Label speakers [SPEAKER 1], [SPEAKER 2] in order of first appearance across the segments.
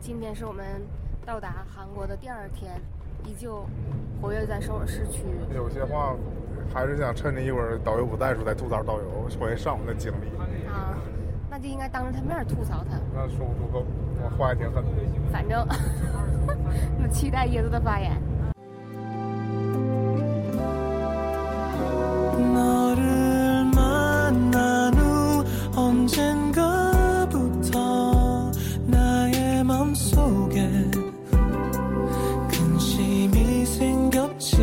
[SPEAKER 1] 今天是我们到达韩国的第二天，依旧活跃在首尔市区。
[SPEAKER 2] 有些话还是想趁着一会儿导游不在时候再吐槽导游关于上午的经历。
[SPEAKER 1] 啊，那就应该当着他面吐槽他。
[SPEAKER 2] 那说不出口，我话也挺狠的。
[SPEAKER 1] 反正， 我们期待椰子的发言。
[SPEAKER 3] 너를 만난 후 언젠가부터 나의 맘속에 근심이 생겼지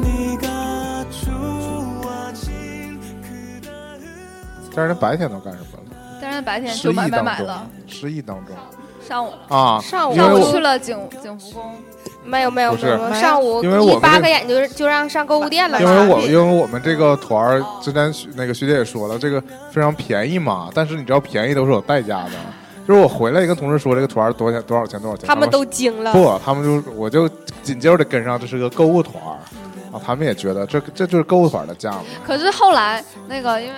[SPEAKER 3] 네가 좋아진 그다음
[SPEAKER 2] 但是他白天都干什么了？
[SPEAKER 4] 但是白天
[SPEAKER 2] 失
[SPEAKER 4] 就
[SPEAKER 2] 忆
[SPEAKER 4] 买买
[SPEAKER 2] 当
[SPEAKER 4] 买
[SPEAKER 2] 中
[SPEAKER 4] 了。，
[SPEAKER 2] 失忆当中
[SPEAKER 4] 上午
[SPEAKER 2] 啊，
[SPEAKER 5] 上午
[SPEAKER 2] 因为
[SPEAKER 4] 上午
[SPEAKER 2] 我
[SPEAKER 4] 去了景景福宫，
[SPEAKER 5] 没有没有
[SPEAKER 2] 不是
[SPEAKER 5] 没有，没有上午
[SPEAKER 2] 因为
[SPEAKER 5] 一
[SPEAKER 2] 我们
[SPEAKER 5] 扒
[SPEAKER 2] 这
[SPEAKER 5] 开眼就就让上购物店了
[SPEAKER 2] 因
[SPEAKER 5] 嘛。
[SPEAKER 2] 为我因为我们这个团儿之前学那个学姐也说了，这个非常便宜嘛，但是你知道便宜都是有代价的。就是我回来跟同事说这个团儿多少钱多少钱多少钱，
[SPEAKER 5] 他们都惊了，
[SPEAKER 2] 不，他们就我就紧接着跟上，这是个购物团儿啊，他们也觉得这这就是购物团儿的价嘛。
[SPEAKER 4] 可是后来那个因为。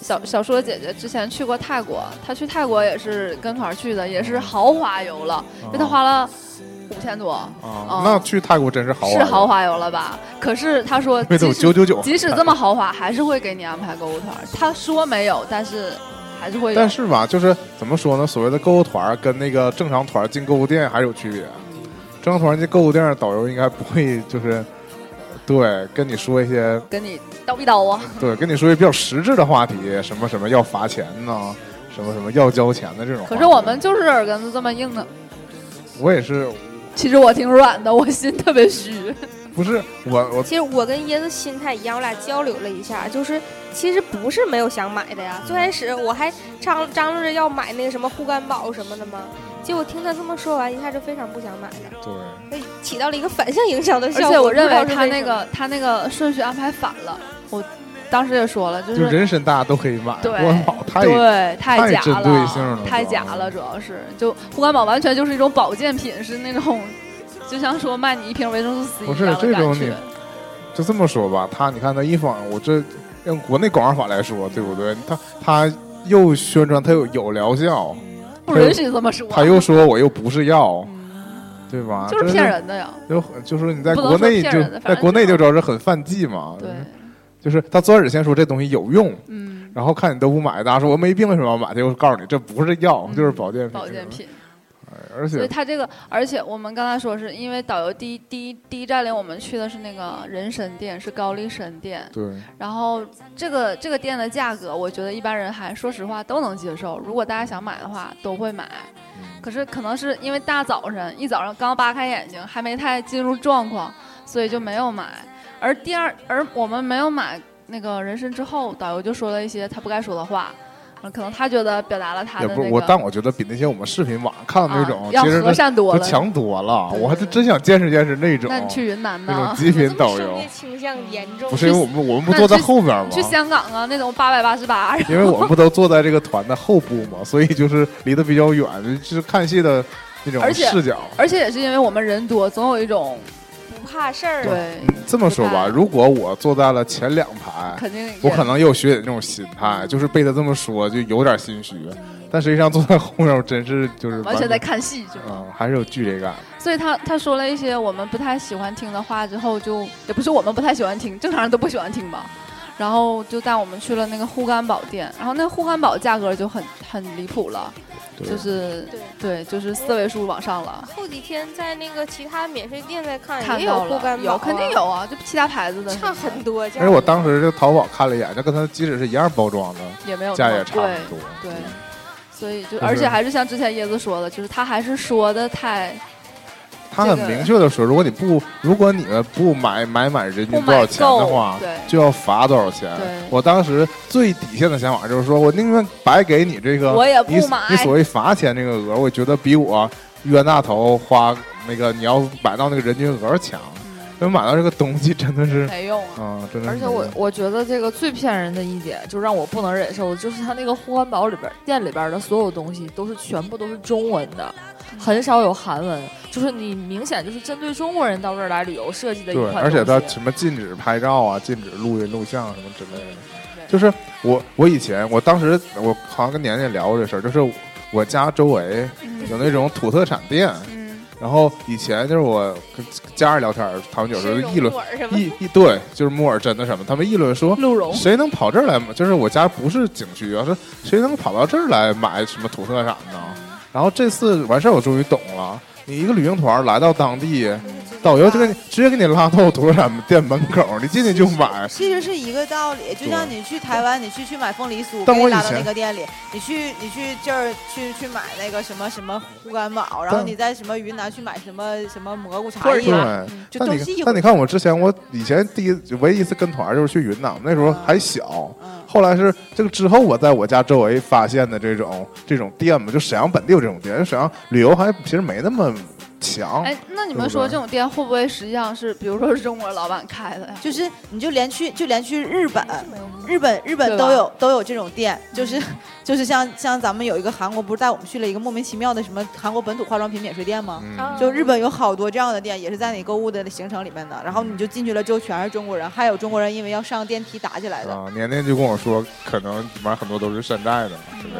[SPEAKER 4] 小小说姐姐之前去过泰国，她去泰国也是跟团去的，也
[SPEAKER 2] 嗯
[SPEAKER 4] 是豪华游了，
[SPEAKER 2] 哦
[SPEAKER 4] 就她花了五千多，
[SPEAKER 2] 啊，那去泰国真是豪华，
[SPEAKER 4] 哦是豪，华游了吧？可是她说，
[SPEAKER 2] 没走
[SPEAKER 4] 即
[SPEAKER 2] 九
[SPEAKER 4] 使
[SPEAKER 2] 九九，
[SPEAKER 4] 即使这么。豪华，还是会给你安排购物团。她说没有，但是还是会有。
[SPEAKER 2] 但是吧，就是怎么说呢？所谓的购物团儿跟那个正常团儿进购物店还是有区别。正常团儿进购物店，导游应该不会就是，对，跟你说一些
[SPEAKER 4] 跟你叨一叨啊，
[SPEAKER 2] 对，跟你说一些比较实质的话题，什么什么要罚钱呐，什么什么要交钱的这种话题。
[SPEAKER 4] 可是我们就是耳根子这么硬的。
[SPEAKER 2] 我也是，
[SPEAKER 4] 其实我挺软的，我心特别 虚。
[SPEAKER 2] 不是我我
[SPEAKER 5] 其实我跟椰子心态一样，我俩交流了一下，就是其实不是没有想买的呀。最开始我还张张罗着要买那个什么护肝宝什么的嘛，结果听他这么说完，一下就非常不想买了，
[SPEAKER 2] 对。
[SPEAKER 1] 哎
[SPEAKER 5] 那起到了一个反向影响的
[SPEAKER 4] 而
[SPEAKER 5] 效果。
[SPEAKER 4] 且我认
[SPEAKER 5] 不知道
[SPEAKER 4] 为
[SPEAKER 5] 是
[SPEAKER 4] 他
[SPEAKER 5] 为
[SPEAKER 4] 那
[SPEAKER 5] 什
[SPEAKER 4] 个
[SPEAKER 5] 么
[SPEAKER 4] 他那个顺序安排反了。我当时也说了，就
[SPEAKER 2] 就是人参大家都可以买，
[SPEAKER 4] 对
[SPEAKER 2] 我操，太
[SPEAKER 4] 对
[SPEAKER 2] 太
[SPEAKER 4] 假
[SPEAKER 2] 针
[SPEAKER 4] 了，
[SPEAKER 2] 对性了
[SPEAKER 4] 太
[SPEAKER 2] 主
[SPEAKER 4] 假
[SPEAKER 2] 要
[SPEAKER 4] 了，主要是就护肝宝完全就是一种保健品，是那种就像说卖你一瓶维生素 C
[SPEAKER 2] 不
[SPEAKER 4] 一
[SPEAKER 2] 是
[SPEAKER 4] 样的
[SPEAKER 2] 这种
[SPEAKER 4] 感
[SPEAKER 2] 你
[SPEAKER 4] 觉。
[SPEAKER 2] 就这么说吧，他你看他一方，我这用国内广告法来说，对不对？他他又宣传他有有疗效，
[SPEAKER 4] 不允许这么说，
[SPEAKER 2] 他又啊说我又不是药，对吧？
[SPEAKER 4] 就是
[SPEAKER 2] 这
[SPEAKER 4] 骗，人的呀。
[SPEAKER 2] 就很就是你在
[SPEAKER 4] 不能
[SPEAKER 2] 国
[SPEAKER 4] 说
[SPEAKER 2] 内
[SPEAKER 4] 骗
[SPEAKER 2] 就
[SPEAKER 4] 人的反
[SPEAKER 2] 在
[SPEAKER 4] 正
[SPEAKER 2] 国内
[SPEAKER 4] 就
[SPEAKER 2] 就知道这很犯忌嘛。
[SPEAKER 4] 对，
[SPEAKER 2] 就是他最开始先说这东西有用，
[SPEAKER 4] 嗯，
[SPEAKER 2] 然后看你都不买，大家说我没病为什么要买？他又告诉你这不是药，
[SPEAKER 4] 嗯
[SPEAKER 2] 就是保健品。
[SPEAKER 4] 保健，品。
[SPEAKER 2] 而
[SPEAKER 4] 所以
[SPEAKER 2] 且
[SPEAKER 4] 他这个，而且我们刚才说是因为导游第一第一第一站领我们去的是那个人参店，是高丽参店。
[SPEAKER 2] 对。
[SPEAKER 4] 然后这个这个店的价格，我觉得一般人还说实话都能接受。如果大家想买的话，都会买。可是可能是因为大早晨一早上刚扒开眼睛，还没太进入状况，所以就没有买。而第二，而我们没有买那个人参之后，导游就说了一些他不该说的话，嗯可能他觉得表达了他
[SPEAKER 2] 也
[SPEAKER 4] 的
[SPEAKER 2] 不
[SPEAKER 4] 那
[SPEAKER 2] 是
[SPEAKER 4] 个
[SPEAKER 2] 我，但我觉得比那些我们视频网上看到那种，
[SPEAKER 4] 啊、要
[SPEAKER 2] 其实
[SPEAKER 4] 和
[SPEAKER 2] 他
[SPEAKER 4] 善多
[SPEAKER 2] 都
[SPEAKER 4] 了。
[SPEAKER 2] 强多了，
[SPEAKER 4] 对
[SPEAKER 2] 我还
[SPEAKER 4] 对
[SPEAKER 2] 是真想见识见识那种
[SPEAKER 4] 那你去云南
[SPEAKER 2] 那种
[SPEAKER 4] 呢？
[SPEAKER 2] 极品
[SPEAKER 5] 这么
[SPEAKER 2] 导
[SPEAKER 5] 狩
[SPEAKER 2] 游
[SPEAKER 5] 猎，倾向严重，
[SPEAKER 2] 不是因为我们我们不坐在后边吗
[SPEAKER 4] 去？香港啊，那种八百八十八，
[SPEAKER 2] 因为我们不都坐在这个团的后部嘛，所以就是离得比较远，就是看戏的那种
[SPEAKER 4] 而且
[SPEAKER 2] 视角。
[SPEAKER 4] 而且也是因为我们人多，总有一种
[SPEAKER 5] 不怕事儿。
[SPEAKER 4] 对，
[SPEAKER 2] 嗯这么说吧，
[SPEAKER 4] 不太
[SPEAKER 2] 如果我坐在了前两排，
[SPEAKER 4] 肯定也
[SPEAKER 2] 我可能也有学姐那种心态，就是被他这么说就有点心虚，但实际上坐在后面，我真是就是
[SPEAKER 4] 嗯完全在看戏，就
[SPEAKER 2] 啊、嗯，还是有距离感。
[SPEAKER 4] 所以他他说了一些我们不太喜欢听的话之后就，也不是我们不太喜欢听，正常人都不喜欢听吧。然后就带我们去了那个护肝宝店，然后那护肝宝价格就很很离谱了，
[SPEAKER 2] 对
[SPEAKER 4] 就是
[SPEAKER 5] 对
[SPEAKER 4] 对，就是四位数往上了。
[SPEAKER 5] 后几天在那个其他免税店再看，
[SPEAKER 4] 看
[SPEAKER 5] 也有
[SPEAKER 4] 到
[SPEAKER 5] 护肝
[SPEAKER 4] 了，
[SPEAKER 5] 宝，
[SPEAKER 4] 有肯定，有啊，就其他牌子的
[SPEAKER 5] 差很多。而
[SPEAKER 2] 而且我当时就淘宝看了一眼，就跟它即使是一样包装的，
[SPEAKER 4] 也没有
[SPEAKER 2] 价
[SPEAKER 4] 那
[SPEAKER 2] 也
[SPEAKER 4] 么
[SPEAKER 2] 差不多。嗯
[SPEAKER 4] 对对所以
[SPEAKER 2] 就
[SPEAKER 4] 就
[SPEAKER 2] 是
[SPEAKER 4] 而且还是像之前椰子说的，就是他还是说的太
[SPEAKER 2] 他很明确的说，如果你不，如果你们不买买满人
[SPEAKER 4] 不
[SPEAKER 2] 均多少
[SPEAKER 4] 买
[SPEAKER 2] 钱的
[SPEAKER 4] 够
[SPEAKER 2] 话，，
[SPEAKER 4] 对，
[SPEAKER 2] 就要罚多少钱
[SPEAKER 4] 对。
[SPEAKER 2] 我当时最底线的想法就是说，我宁愿白给你这个，
[SPEAKER 4] 我也不
[SPEAKER 2] 啊你
[SPEAKER 4] 买
[SPEAKER 2] 你所谓罚钱这个额，我觉得比我冤大头花那个你要买到那个人均额强。
[SPEAKER 4] 嗯
[SPEAKER 2] 因为买到这个东西真的是，
[SPEAKER 4] 没用啊。
[SPEAKER 2] 啊，真的是。
[SPEAKER 6] 而且我我觉得这个最骗人的一点，就让我不能忍受的，就是他那个护肝宝里边店里边的所有东西都是全部都是中文的，
[SPEAKER 2] 嗯
[SPEAKER 6] 很少有韩文，就是你明显就是针对中国人到这儿来旅游设计的一
[SPEAKER 2] 对，
[SPEAKER 6] 款
[SPEAKER 2] 而且
[SPEAKER 6] 东
[SPEAKER 2] 它
[SPEAKER 6] 西
[SPEAKER 2] 什么禁止拍照啊，禁止录音录像什么之类的。
[SPEAKER 6] 对
[SPEAKER 2] 就是我我以前我当时我好像跟年年聊过这事儿，就是我家周围
[SPEAKER 6] 嗯
[SPEAKER 2] 有那种土特产店，
[SPEAKER 4] 嗯，
[SPEAKER 2] 然后以前就是我跟家人聊天儿，他们有时候议论
[SPEAKER 5] 什么
[SPEAKER 2] 议议对，就是木耳真的什么，他们议论说
[SPEAKER 6] 鹿茸，
[SPEAKER 2] 谁能跑这儿来买？就是我家不是景区啊，是谁能跑到这儿来买什么土特产呢？
[SPEAKER 6] 嗯
[SPEAKER 2] 然后这次完事儿，我终于懂了。你一个旅行团来到当地，导游就给你直接给你拉到土特产店门口，你进去就买。
[SPEAKER 7] 其实是一个道理，就像你去台湾，你去去买凤梨酥，
[SPEAKER 2] 但
[SPEAKER 7] 给
[SPEAKER 2] 我以
[SPEAKER 7] 你拉到那
[SPEAKER 2] 前
[SPEAKER 7] 个店里，你去你去这儿去去买那个什么什么护肝宝，然后
[SPEAKER 2] 但
[SPEAKER 7] 你在什么云南去买什么什么蘑菇茶
[SPEAKER 6] 对
[SPEAKER 7] 叶
[SPEAKER 2] 对，，
[SPEAKER 7] 就
[SPEAKER 2] 但
[SPEAKER 7] 都
[SPEAKER 2] 你
[SPEAKER 7] 是一
[SPEAKER 2] 但
[SPEAKER 7] 回
[SPEAKER 2] 你
[SPEAKER 7] 事。
[SPEAKER 2] 看我之前，我以前第一唯一一次跟团就是去云南，那时候还小。
[SPEAKER 7] 嗯，
[SPEAKER 2] 后来是这个之后，我在我家周围发现的这种这种店嘛，就沈阳本地有这种店，沈阳旅游还其实没那么强。
[SPEAKER 4] 哎，那你
[SPEAKER 2] 对
[SPEAKER 4] 们
[SPEAKER 2] 不
[SPEAKER 4] 说
[SPEAKER 2] 对
[SPEAKER 4] 这种店会不会实际上是，比如说是中国老板开的呀？
[SPEAKER 7] 就是你就连去就连去日本，日本日本都有都有这种店，就是就是像像咱们有一个韩国不是带我们去了一个莫名其妙的什么韩国本土化妆品免税店吗？
[SPEAKER 2] 嗯，
[SPEAKER 5] 啊
[SPEAKER 7] 就日本有好多这样的店，也是在你购物的行程里面的。然后你就进去了之后，全是中国人，还有中国人因为要上电梯打起来的。
[SPEAKER 2] 啊，年年就跟我说，可能里面很多都是山寨的之类
[SPEAKER 7] 嗯
[SPEAKER 2] 的。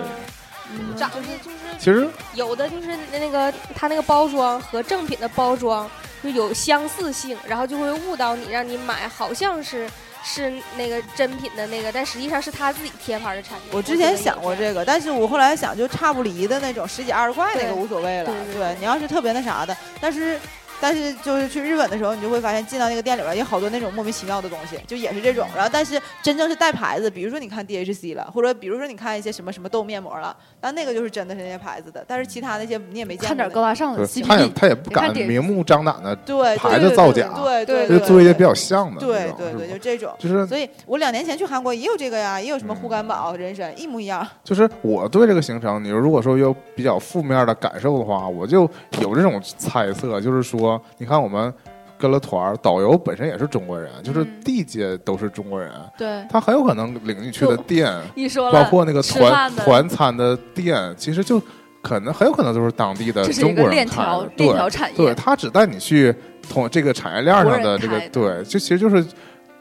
[SPEAKER 5] 长得就是
[SPEAKER 2] 其实
[SPEAKER 5] 有的就是那个它那个包装和正品的包装就有相似性，然后就会误导你，让你买好像是是那个真品的那个，但实际上是他自己贴牌的产品。
[SPEAKER 7] 我之前想过这个，但是我后来想，就差不离的那种，十几二十块那
[SPEAKER 5] 对
[SPEAKER 7] 个无所谓了。
[SPEAKER 5] 对对
[SPEAKER 7] 对你要是特别那啥的，但是但是就是去日本的时候，你就会发现进到那个店里边有好多那种莫名其妙的东西，就也是这种。然后但是真正是带牌子，比如说你看 DHC 了，或者比如说你看一些什么什么豆面膜了，但那个就是真的是那些牌子的，但是其他那些你也没见
[SPEAKER 4] 看
[SPEAKER 7] 过
[SPEAKER 4] 点
[SPEAKER 7] 的。
[SPEAKER 4] 高大上的
[SPEAKER 2] 对他也
[SPEAKER 4] CPD，
[SPEAKER 2] 他也不
[SPEAKER 4] 别看
[SPEAKER 2] 敢
[SPEAKER 4] 电视
[SPEAKER 2] 明目张胆的，
[SPEAKER 7] 对
[SPEAKER 2] 牌
[SPEAKER 7] 对
[SPEAKER 2] 子造假
[SPEAKER 7] 对对
[SPEAKER 2] 就
[SPEAKER 7] 对，
[SPEAKER 2] 做一些比较像的那
[SPEAKER 7] 对
[SPEAKER 2] 种，
[SPEAKER 7] 对对，
[SPEAKER 2] 是嗯
[SPEAKER 7] 就
[SPEAKER 2] 吧
[SPEAKER 7] 这种。
[SPEAKER 2] 就是
[SPEAKER 7] 所以我两年前去韩国也有这个呀，也有什么护肝宝、人参，一模一样。
[SPEAKER 2] 就是我对这个行程，你如果说有比较负面的感受的话，我就有这种猜测，就是说，你看我们跟了团儿，导游本身也是中国人，就是
[SPEAKER 4] 嗯
[SPEAKER 2] 地界都是中国人，
[SPEAKER 4] 对，
[SPEAKER 2] 他很有可能领你去的
[SPEAKER 4] 就
[SPEAKER 2] 店，
[SPEAKER 4] 一说
[SPEAKER 2] 包
[SPEAKER 4] 了，
[SPEAKER 2] 括那个
[SPEAKER 4] 吃
[SPEAKER 2] 团
[SPEAKER 4] 饭的
[SPEAKER 2] 团餐的店，其实就可能很有可能都是当地的
[SPEAKER 4] 这是一
[SPEAKER 2] 中
[SPEAKER 4] 个
[SPEAKER 2] 国
[SPEAKER 4] 链
[SPEAKER 2] 人开
[SPEAKER 4] 条
[SPEAKER 2] 的，
[SPEAKER 4] 链
[SPEAKER 2] 对
[SPEAKER 4] 条产
[SPEAKER 2] 对
[SPEAKER 4] 业，
[SPEAKER 2] 他只带你去同这个产业链
[SPEAKER 4] 国
[SPEAKER 2] 上
[SPEAKER 4] 人
[SPEAKER 2] 的这个
[SPEAKER 4] 开的
[SPEAKER 2] 对，就其实就是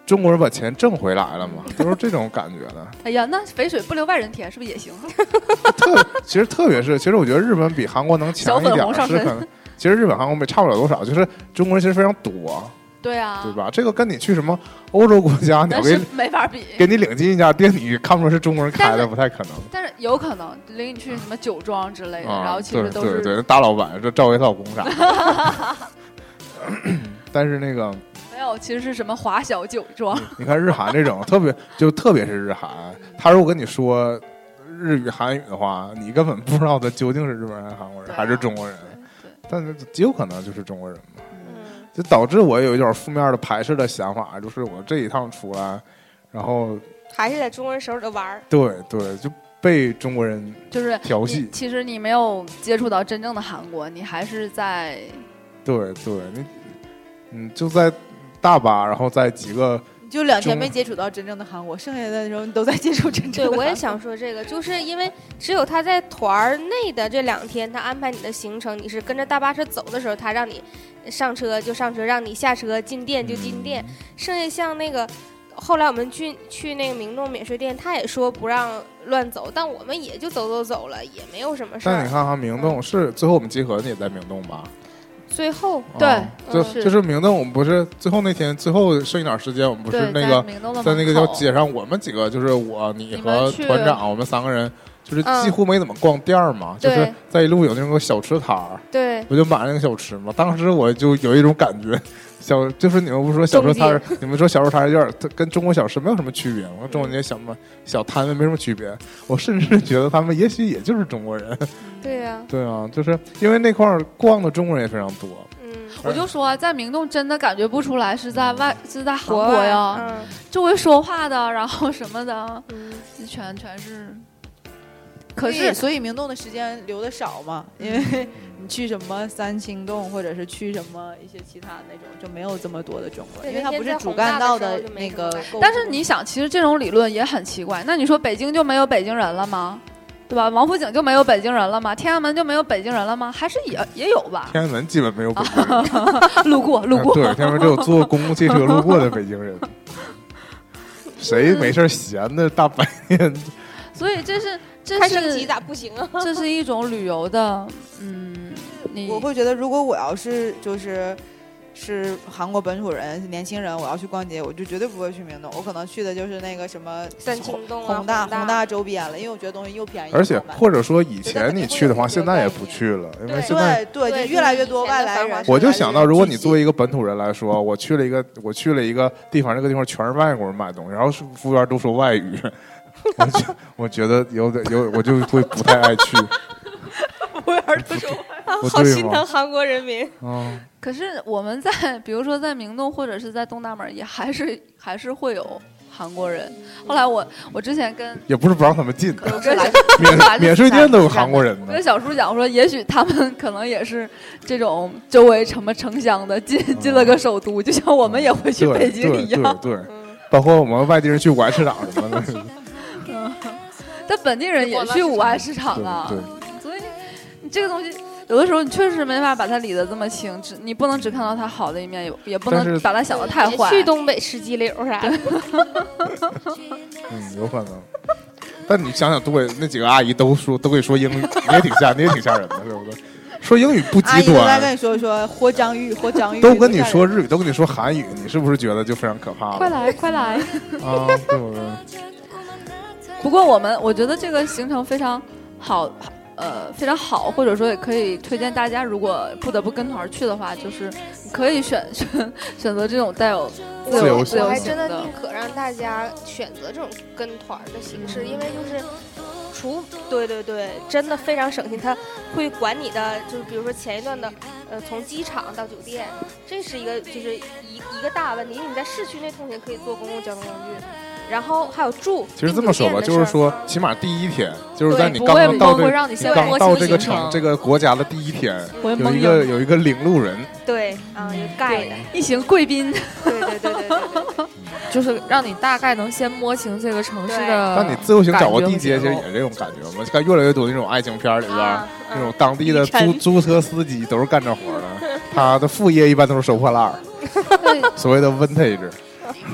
[SPEAKER 2] 中国人把钱挣回来了嘛，都是这种感觉的。
[SPEAKER 4] 哎呀，那肥水不流外人田是不是也行？
[SPEAKER 2] 特 其实特别是，其实我觉得日本比韩国能强一
[SPEAKER 4] 小粉
[SPEAKER 2] 点
[SPEAKER 4] 红
[SPEAKER 2] 儿，
[SPEAKER 4] 上
[SPEAKER 2] 是
[SPEAKER 4] 身
[SPEAKER 2] 可能。其实日本、韩国没差不了多少，就是中国人其实非常多，
[SPEAKER 4] 对啊，
[SPEAKER 2] 对？吧？这个跟你去什么欧洲国家，你要
[SPEAKER 4] 但
[SPEAKER 2] 给
[SPEAKER 4] 是没法比，
[SPEAKER 2] 给你领进一家店，你看不出是中国人开
[SPEAKER 4] 但
[SPEAKER 2] 的，
[SPEAKER 4] 是
[SPEAKER 2] 不太可能。
[SPEAKER 4] 但是有可能领你去什么酒庄之类的，然
[SPEAKER 2] 啊，
[SPEAKER 4] 后其实都
[SPEAKER 2] 对
[SPEAKER 4] 是
[SPEAKER 2] 对对，那大老板这赵薇老公 啥的？但是那个，
[SPEAKER 4] 没有，其实是什么华小酒庄，
[SPEAKER 2] 你看日韩这种特别，就特别是日韩，他如果跟你说日语、韩语的话，你根本不知道他究竟是日本人、韩国人
[SPEAKER 4] 对啊
[SPEAKER 2] 还是中国人。
[SPEAKER 4] 对
[SPEAKER 2] 但是极有可能就是中国人嘛，
[SPEAKER 5] 嗯，
[SPEAKER 2] 就导致我有一种负面的排斥的想法，就是我这一趟出来，然后
[SPEAKER 5] 还是在中国人手里头玩儿。
[SPEAKER 2] 对对，就被中国人
[SPEAKER 4] 就是
[SPEAKER 2] 调
[SPEAKER 4] 你
[SPEAKER 2] 戏，
[SPEAKER 4] 其实你没有接触到真正的韩国，你还是在
[SPEAKER 2] 对对，你嗯就在大巴，然后在几个
[SPEAKER 7] 你就两天
[SPEAKER 2] 中
[SPEAKER 7] 没接触到真正的韩国，剩下的时候你都在接触 真正
[SPEAKER 5] 对，
[SPEAKER 7] 的。
[SPEAKER 5] 我也。想说这个，就是因为只有他在团儿内的这两天，他安排你的行程，你是跟着大巴车走的时候，他让你上车就上车，让你下车进店就进店。
[SPEAKER 2] 嗯
[SPEAKER 5] 剩下像那个，后来我们去去那个明洞免税店，他也说不让乱走，但我们也就走走走了，也没有什么事
[SPEAKER 2] 但你
[SPEAKER 5] 儿。
[SPEAKER 2] 看哈，明洞是最后我们集合的也在明洞吧？
[SPEAKER 5] 最后，
[SPEAKER 4] 对
[SPEAKER 2] 啊就
[SPEAKER 5] 嗯
[SPEAKER 2] 就是明洞，我们不是最后那天最后剩一点时间，我们不是
[SPEAKER 4] 对
[SPEAKER 2] 那个
[SPEAKER 4] 明洞的
[SPEAKER 2] 在那个
[SPEAKER 4] 嗯门
[SPEAKER 2] 叫
[SPEAKER 4] 口
[SPEAKER 2] 街上，我们几个就是我、你
[SPEAKER 4] 你
[SPEAKER 2] 和
[SPEAKER 4] 们去
[SPEAKER 2] 团长，我们三个人就是
[SPEAKER 5] 嗯
[SPEAKER 2] 几乎没怎么逛店儿嘛，就
[SPEAKER 5] 对
[SPEAKER 2] 是在一路有那种小吃摊儿，
[SPEAKER 5] 对，
[SPEAKER 2] 我就买了那个小吃嘛。当时我就有一种感觉， 小就是你们不是说小吃摊儿，你们说小吃摊儿有点儿它跟中国小吃没有什么区别吗？中国那些小嘛小摊位没什么区别，我甚至觉得他们也许也就是中国人。
[SPEAKER 5] 对呀、
[SPEAKER 2] 对啊，就是因为那块儿逛的中国人也非常多。
[SPEAKER 5] 嗯，
[SPEAKER 4] 我就说，啊在明洞真的感觉不出来是在外
[SPEAKER 2] 嗯
[SPEAKER 4] 是在韩
[SPEAKER 5] 国
[SPEAKER 4] 国
[SPEAKER 5] 外
[SPEAKER 4] 呀，，
[SPEAKER 5] 嗯
[SPEAKER 4] 周围说话的，然后什么的，
[SPEAKER 5] 嗯，
[SPEAKER 4] 全全是。
[SPEAKER 7] 可
[SPEAKER 4] 可
[SPEAKER 7] 是，
[SPEAKER 4] 是
[SPEAKER 7] 所以明洞的时间留的少嘛，因
[SPEAKER 5] 嗯
[SPEAKER 7] 为 你去什么三清洞，或者是去什么一些其他那种，就没有这么多的中国人，
[SPEAKER 5] 对
[SPEAKER 7] 因为它
[SPEAKER 5] 那
[SPEAKER 7] 不
[SPEAKER 5] 天
[SPEAKER 7] 是
[SPEAKER 5] 在
[SPEAKER 7] 主
[SPEAKER 5] 宏大的
[SPEAKER 7] 干
[SPEAKER 5] 时
[SPEAKER 7] 道
[SPEAKER 5] 候
[SPEAKER 7] 的
[SPEAKER 5] 就没什
[SPEAKER 7] 那个
[SPEAKER 5] 么
[SPEAKER 7] 购
[SPEAKER 5] 感
[SPEAKER 7] 物
[SPEAKER 5] 觉
[SPEAKER 7] 中心。
[SPEAKER 4] 但是你想，其实这种理论也很奇怪。那你说北京就没有北京人了吗？对吧？王府井就没有北京人了吗？天安门就没有北京人了吗？还是也也有吧？
[SPEAKER 2] 天安门基本没有北京人，
[SPEAKER 4] 路过路过，
[SPEAKER 2] 对，天安门只有坐公共汽车路过的北京人。谁没事儿闲的大白天？
[SPEAKER 4] 所以这是这
[SPEAKER 5] 看升级
[SPEAKER 4] 是
[SPEAKER 5] 咋不行啊？
[SPEAKER 4] 这是一种旅游的，嗯，你
[SPEAKER 7] 我会觉得，如果我要是就是是韩国本土人、年轻人，我要去逛街，我就绝对不会去明洞，我可能去的就是那个什么
[SPEAKER 5] 三清洞啊，
[SPEAKER 7] 宏大、宏
[SPEAKER 5] 宏
[SPEAKER 7] 大周边了，因为我觉得东西又便宜又
[SPEAKER 2] 而
[SPEAKER 7] 好
[SPEAKER 2] 且
[SPEAKER 7] 买。
[SPEAKER 2] 或者说以前你去的话，现在也不去了，因为
[SPEAKER 1] 对
[SPEAKER 2] 现在
[SPEAKER 7] 对
[SPEAKER 5] 对
[SPEAKER 7] 对，就
[SPEAKER 5] 就是
[SPEAKER 7] 越来越多
[SPEAKER 5] 以前的
[SPEAKER 7] 外来
[SPEAKER 5] 繁华
[SPEAKER 7] 人。
[SPEAKER 5] 城
[SPEAKER 2] 我就想到，如果你作为
[SPEAKER 7] 一
[SPEAKER 2] 一个本土人来说，我去了一个我去了一个地方，这个地方全是外国人买东西，然后是服务员都说外语， 我觉我觉得有点有，我就会不太爱去。
[SPEAKER 7] 服务员都说
[SPEAKER 2] 不
[SPEAKER 5] 好
[SPEAKER 2] 对
[SPEAKER 5] 心
[SPEAKER 2] 吗
[SPEAKER 5] 疼韩国人民。
[SPEAKER 2] 嗯，
[SPEAKER 4] 可是我们在， 比如说在明洞或者是在东大门，也还是还是会有韩国人。后来我我之前跟
[SPEAKER 2] 也不是不让他们进，
[SPEAKER 4] 我跟
[SPEAKER 2] 免
[SPEAKER 4] 来自
[SPEAKER 2] 免税店都有
[SPEAKER 4] 自然
[SPEAKER 2] 韩国人
[SPEAKER 4] 我
[SPEAKER 2] 呢
[SPEAKER 4] 跟。小叔讲，我说也许他们可能也是这种周围什么城乡的进进了个首都，就像我们也会去
[SPEAKER 2] 嗯对
[SPEAKER 4] 北京一样。嗯
[SPEAKER 2] 对对对，包括我们外地人去武汉市场什 么的，
[SPEAKER 4] 但本地人也去武汉市场啊
[SPEAKER 2] 对，
[SPEAKER 4] 所以你这个东西。有的时候你确实没法把它理得这么清，只你不能只看到它好的一面，也也不
[SPEAKER 2] 但是
[SPEAKER 4] 能把它想得太
[SPEAKER 5] 别
[SPEAKER 4] 坏。
[SPEAKER 5] 去东北吃鸡柳啥的，
[SPEAKER 2] 对，嗯，有可能。但你想想，东北那几个阿姨都说都给说英语，你也挺吓，你也挺吓人的，对不对？说英语不
[SPEAKER 7] 阿
[SPEAKER 2] 极
[SPEAKER 7] 姨都在跟
[SPEAKER 2] 端，
[SPEAKER 7] 你说说活章鱼，活章鱼，
[SPEAKER 2] 都跟你说日语，都跟你说韩语，你是不是觉得就非常可怕
[SPEAKER 5] 快
[SPEAKER 2] 了
[SPEAKER 5] 来快来！
[SPEAKER 2] 啊？对不对？
[SPEAKER 4] 不过我们我觉得这个行程非常好，呃，非常好，或者说也可以推荐大家，如果不得不跟团去的话，就是你可以选选选择这种带有自
[SPEAKER 2] 自由
[SPEAKER 4] 由
[SPEAKER 2] 行
[SPEAKER 4] 自
[SPEAKER 5] 我
[SPEAKER 4] 由
[SPEAKER 5] 还
[SPEAKER 4] 行
[SPEAKER 5] 真的
[SPEAKER 4] 的
[SPEAKER 5] 宁。可让大家选择这种跟团儿的形式，因为就是除嗯对对对，真的非常省心。他会管你的，就是比如说前一段的，呃，从机场到酒店，这是一个就是一一个大问题，因为你在市区内通勤可以坐公共交通工具，然后还有住。
[SPEAKER 2] 其实这么说吧，
[SPEAKER 5] 订酒
[SPEAKER 2] 就
[SPEAKER 5] 店的
[SPEAKER 2] 是
[SPEAKER 5] 事儿啊
[SPEAKER 2] 说，起码第一天，就是在你
[SPEAKER 6] 不
[SPEAKER 2] 刚
[SPEAKER 6] 会
[SPEAKER 2] 刚到
[SPEAKER 6] 不
[SPEAKER 2] 这
[SPEAKER 6] 会
[SPEAKER 2] 个，
[SPEAKER 6] 让你先
[SPEAKER 2] 刚
[SPEAKER 6] 摸
[SPEAKER 2] 到
[SPEAKER 6] 清
[SPEAKER 2] 这个
[SPEAKER 6] 行
[SPEAKER 2] 城这个国家的第一天，
[SPEAKER 4] 我
[SPEAKER 2] 有
[SPEAKER 7] 嗯
[SPEAKER 4] 蒙
[SPEAKER 2] 一个
[SPEAKER 4] 英
[SPEAKER 2] 有一个领路人，
[SPEAKER 5] 对啊，有盖的，
[SPEAKER 4] 一行贵宾，
[SPEAKER 5] 对对对对对 对，
[SPEAKER 6] 就是让你大概能先摸清这个城市
[SPEAKER 5] 对
[SPEAKER 6] 的。
[SPEAKER 2] 当你自由行
[SPEAKER 6] 感
[SPEAKER 2] 掌握
[SPEAKER 6] 觉
[SPEAKER 2] 地
[SPEAKER 6] 和
[SPEAKER 2] 街，
[SPEAKER 6] 节
[SPEAKER 2] 其实
[SPEAKER 6] 奏
[SPEAKER 2] 也是这种感觉嘛。看越来越多那种爱情片儿里边儿
[SPEAKER 5] 啊，
[SPEAKER 2] 那种当地的
[SPEAKER 7] 李
[SPEAKER 2] 租
[SPEAKER 7] 晨
[SPEAKER 2] 租车司机都是干这活儿的，他的副业一般都是收破烂儿，
[SPEAKER 4] 对，
[SPEAKER 2] 所谓的 vintage。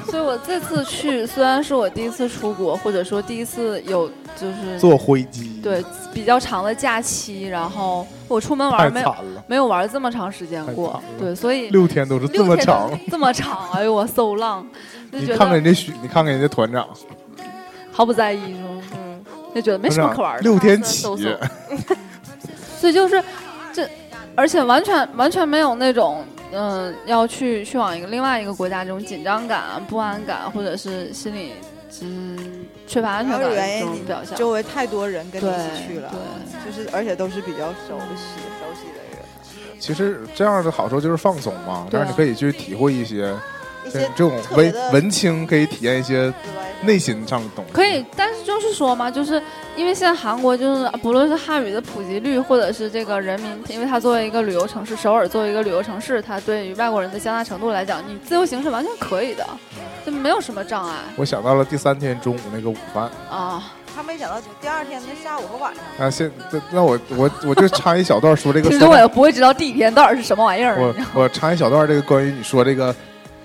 [SPEAKER 4] 所以我这次去虽然是我第一次出国，或者说第一次有就是
[SPEAKER 2] 坐灰机，
[SPEAKER 4] 对比较长的假期，然后我出门玩
[SPEAKER 2] 太
[SPEAKER 4] 儿没
[SPEAKER 2] 惨
[SPEAKER 4] 有
[SPEAKER 2] 了，
[SPEAKER 4] 没有玩儿这么长时间
[SPEAKER 2] 太
[SPEAKER 4] 过
[SPEAKER 2] 惨，了
[SPEAKER 4] 对，所以
[SPEAKER 2] 六天都是这
[SPEAKER 4] 六
[SPEAKER 2] 么
[SPEAKER 4] 天
[SPEAKER 2] 长。
[SPEAKER 4] 都这么长，哎呦我搜浪，就
[SPEAKER 2] 你
[SPEAKER 4] 觉
[SPEAKER 2] 看看
[SPEAKER 4] 得
[SPEAKER 2] 人家许，你看看人家团长，
[SPEAKER 4] 毫不在意，是吗？嗯，就觉得没什么可玩的，
[SPEAKER 2] 啊六天起
[SPEAKER 4] 搜，搜所以就是这，而且完全完全没有那种嗯、要去去往一个另外一个国家这种紧张感、啊不安感，或者是心理嗯缺乏安
[SPEAKER 7] 然
[SPEAKER 4] 全感
[SPEAKER 7] 后原
[SPEAKER 4] 的这
[SPEAKER 7] 因
[SPEAKER 4] 种
[SPEAKER 7] 你
[SPEAKER 4] 表现。
[SPEAKER 7] 周围太多人跟你
[SPEAKER 4] 对
[SPEAKER 7] 一起去了，
[SPEAKER 4] 对，
[SPEAKER 7] 就是而且都是比较熟悉熟悉的人，
[SPEAKER 2] 其实这样的好处就是放松嘛，这
[SPEAKER 4] 对啊
[SPEAKER 2] 样你可以去体会一些
[SPEAKER 7] 一
[SPEAKER 2] 这
[SPEAKER 7] 些
[SPEAKER 2] 这种
[SPEAKER 7] 特别
[SPEAKER 2] 文
[SPEAKER 7] 的
[SPEAKER 2] 文青，可以体验一些
[SPEAKER 7] 之外
[SPEAKER 2] 内心上的东西。
[SPEAKER 4] 可以，但是就是说嘛，就是因为现在韩国就是不论是汉语的普及率，或者是这个人民，因为它作为一个旅游城市，首尔作为一个旅游城市，它对于外国人的接纳程度来讲，你自由行是完全可以的，就没有什么障碍
[SPEAKER 2] 我想到了第三天中午那个午饭，
[SPEAKER 4] 啊。
[SPEAKER 7] 他没想到第二天的下午和晚上，
[SPEAKER 2] 那现这那我我我就插一小段说这 个
[SPEAKER 4] 听
[SPEAKER 2] 说
[SPEAKER 4] 众
[SPEAKER 2] 到，
[SPEAKER 4] 也不会知道第一天到底是什么玩意儿。啊
[SPEAKER 2] 我我插一小段这个关于你说这个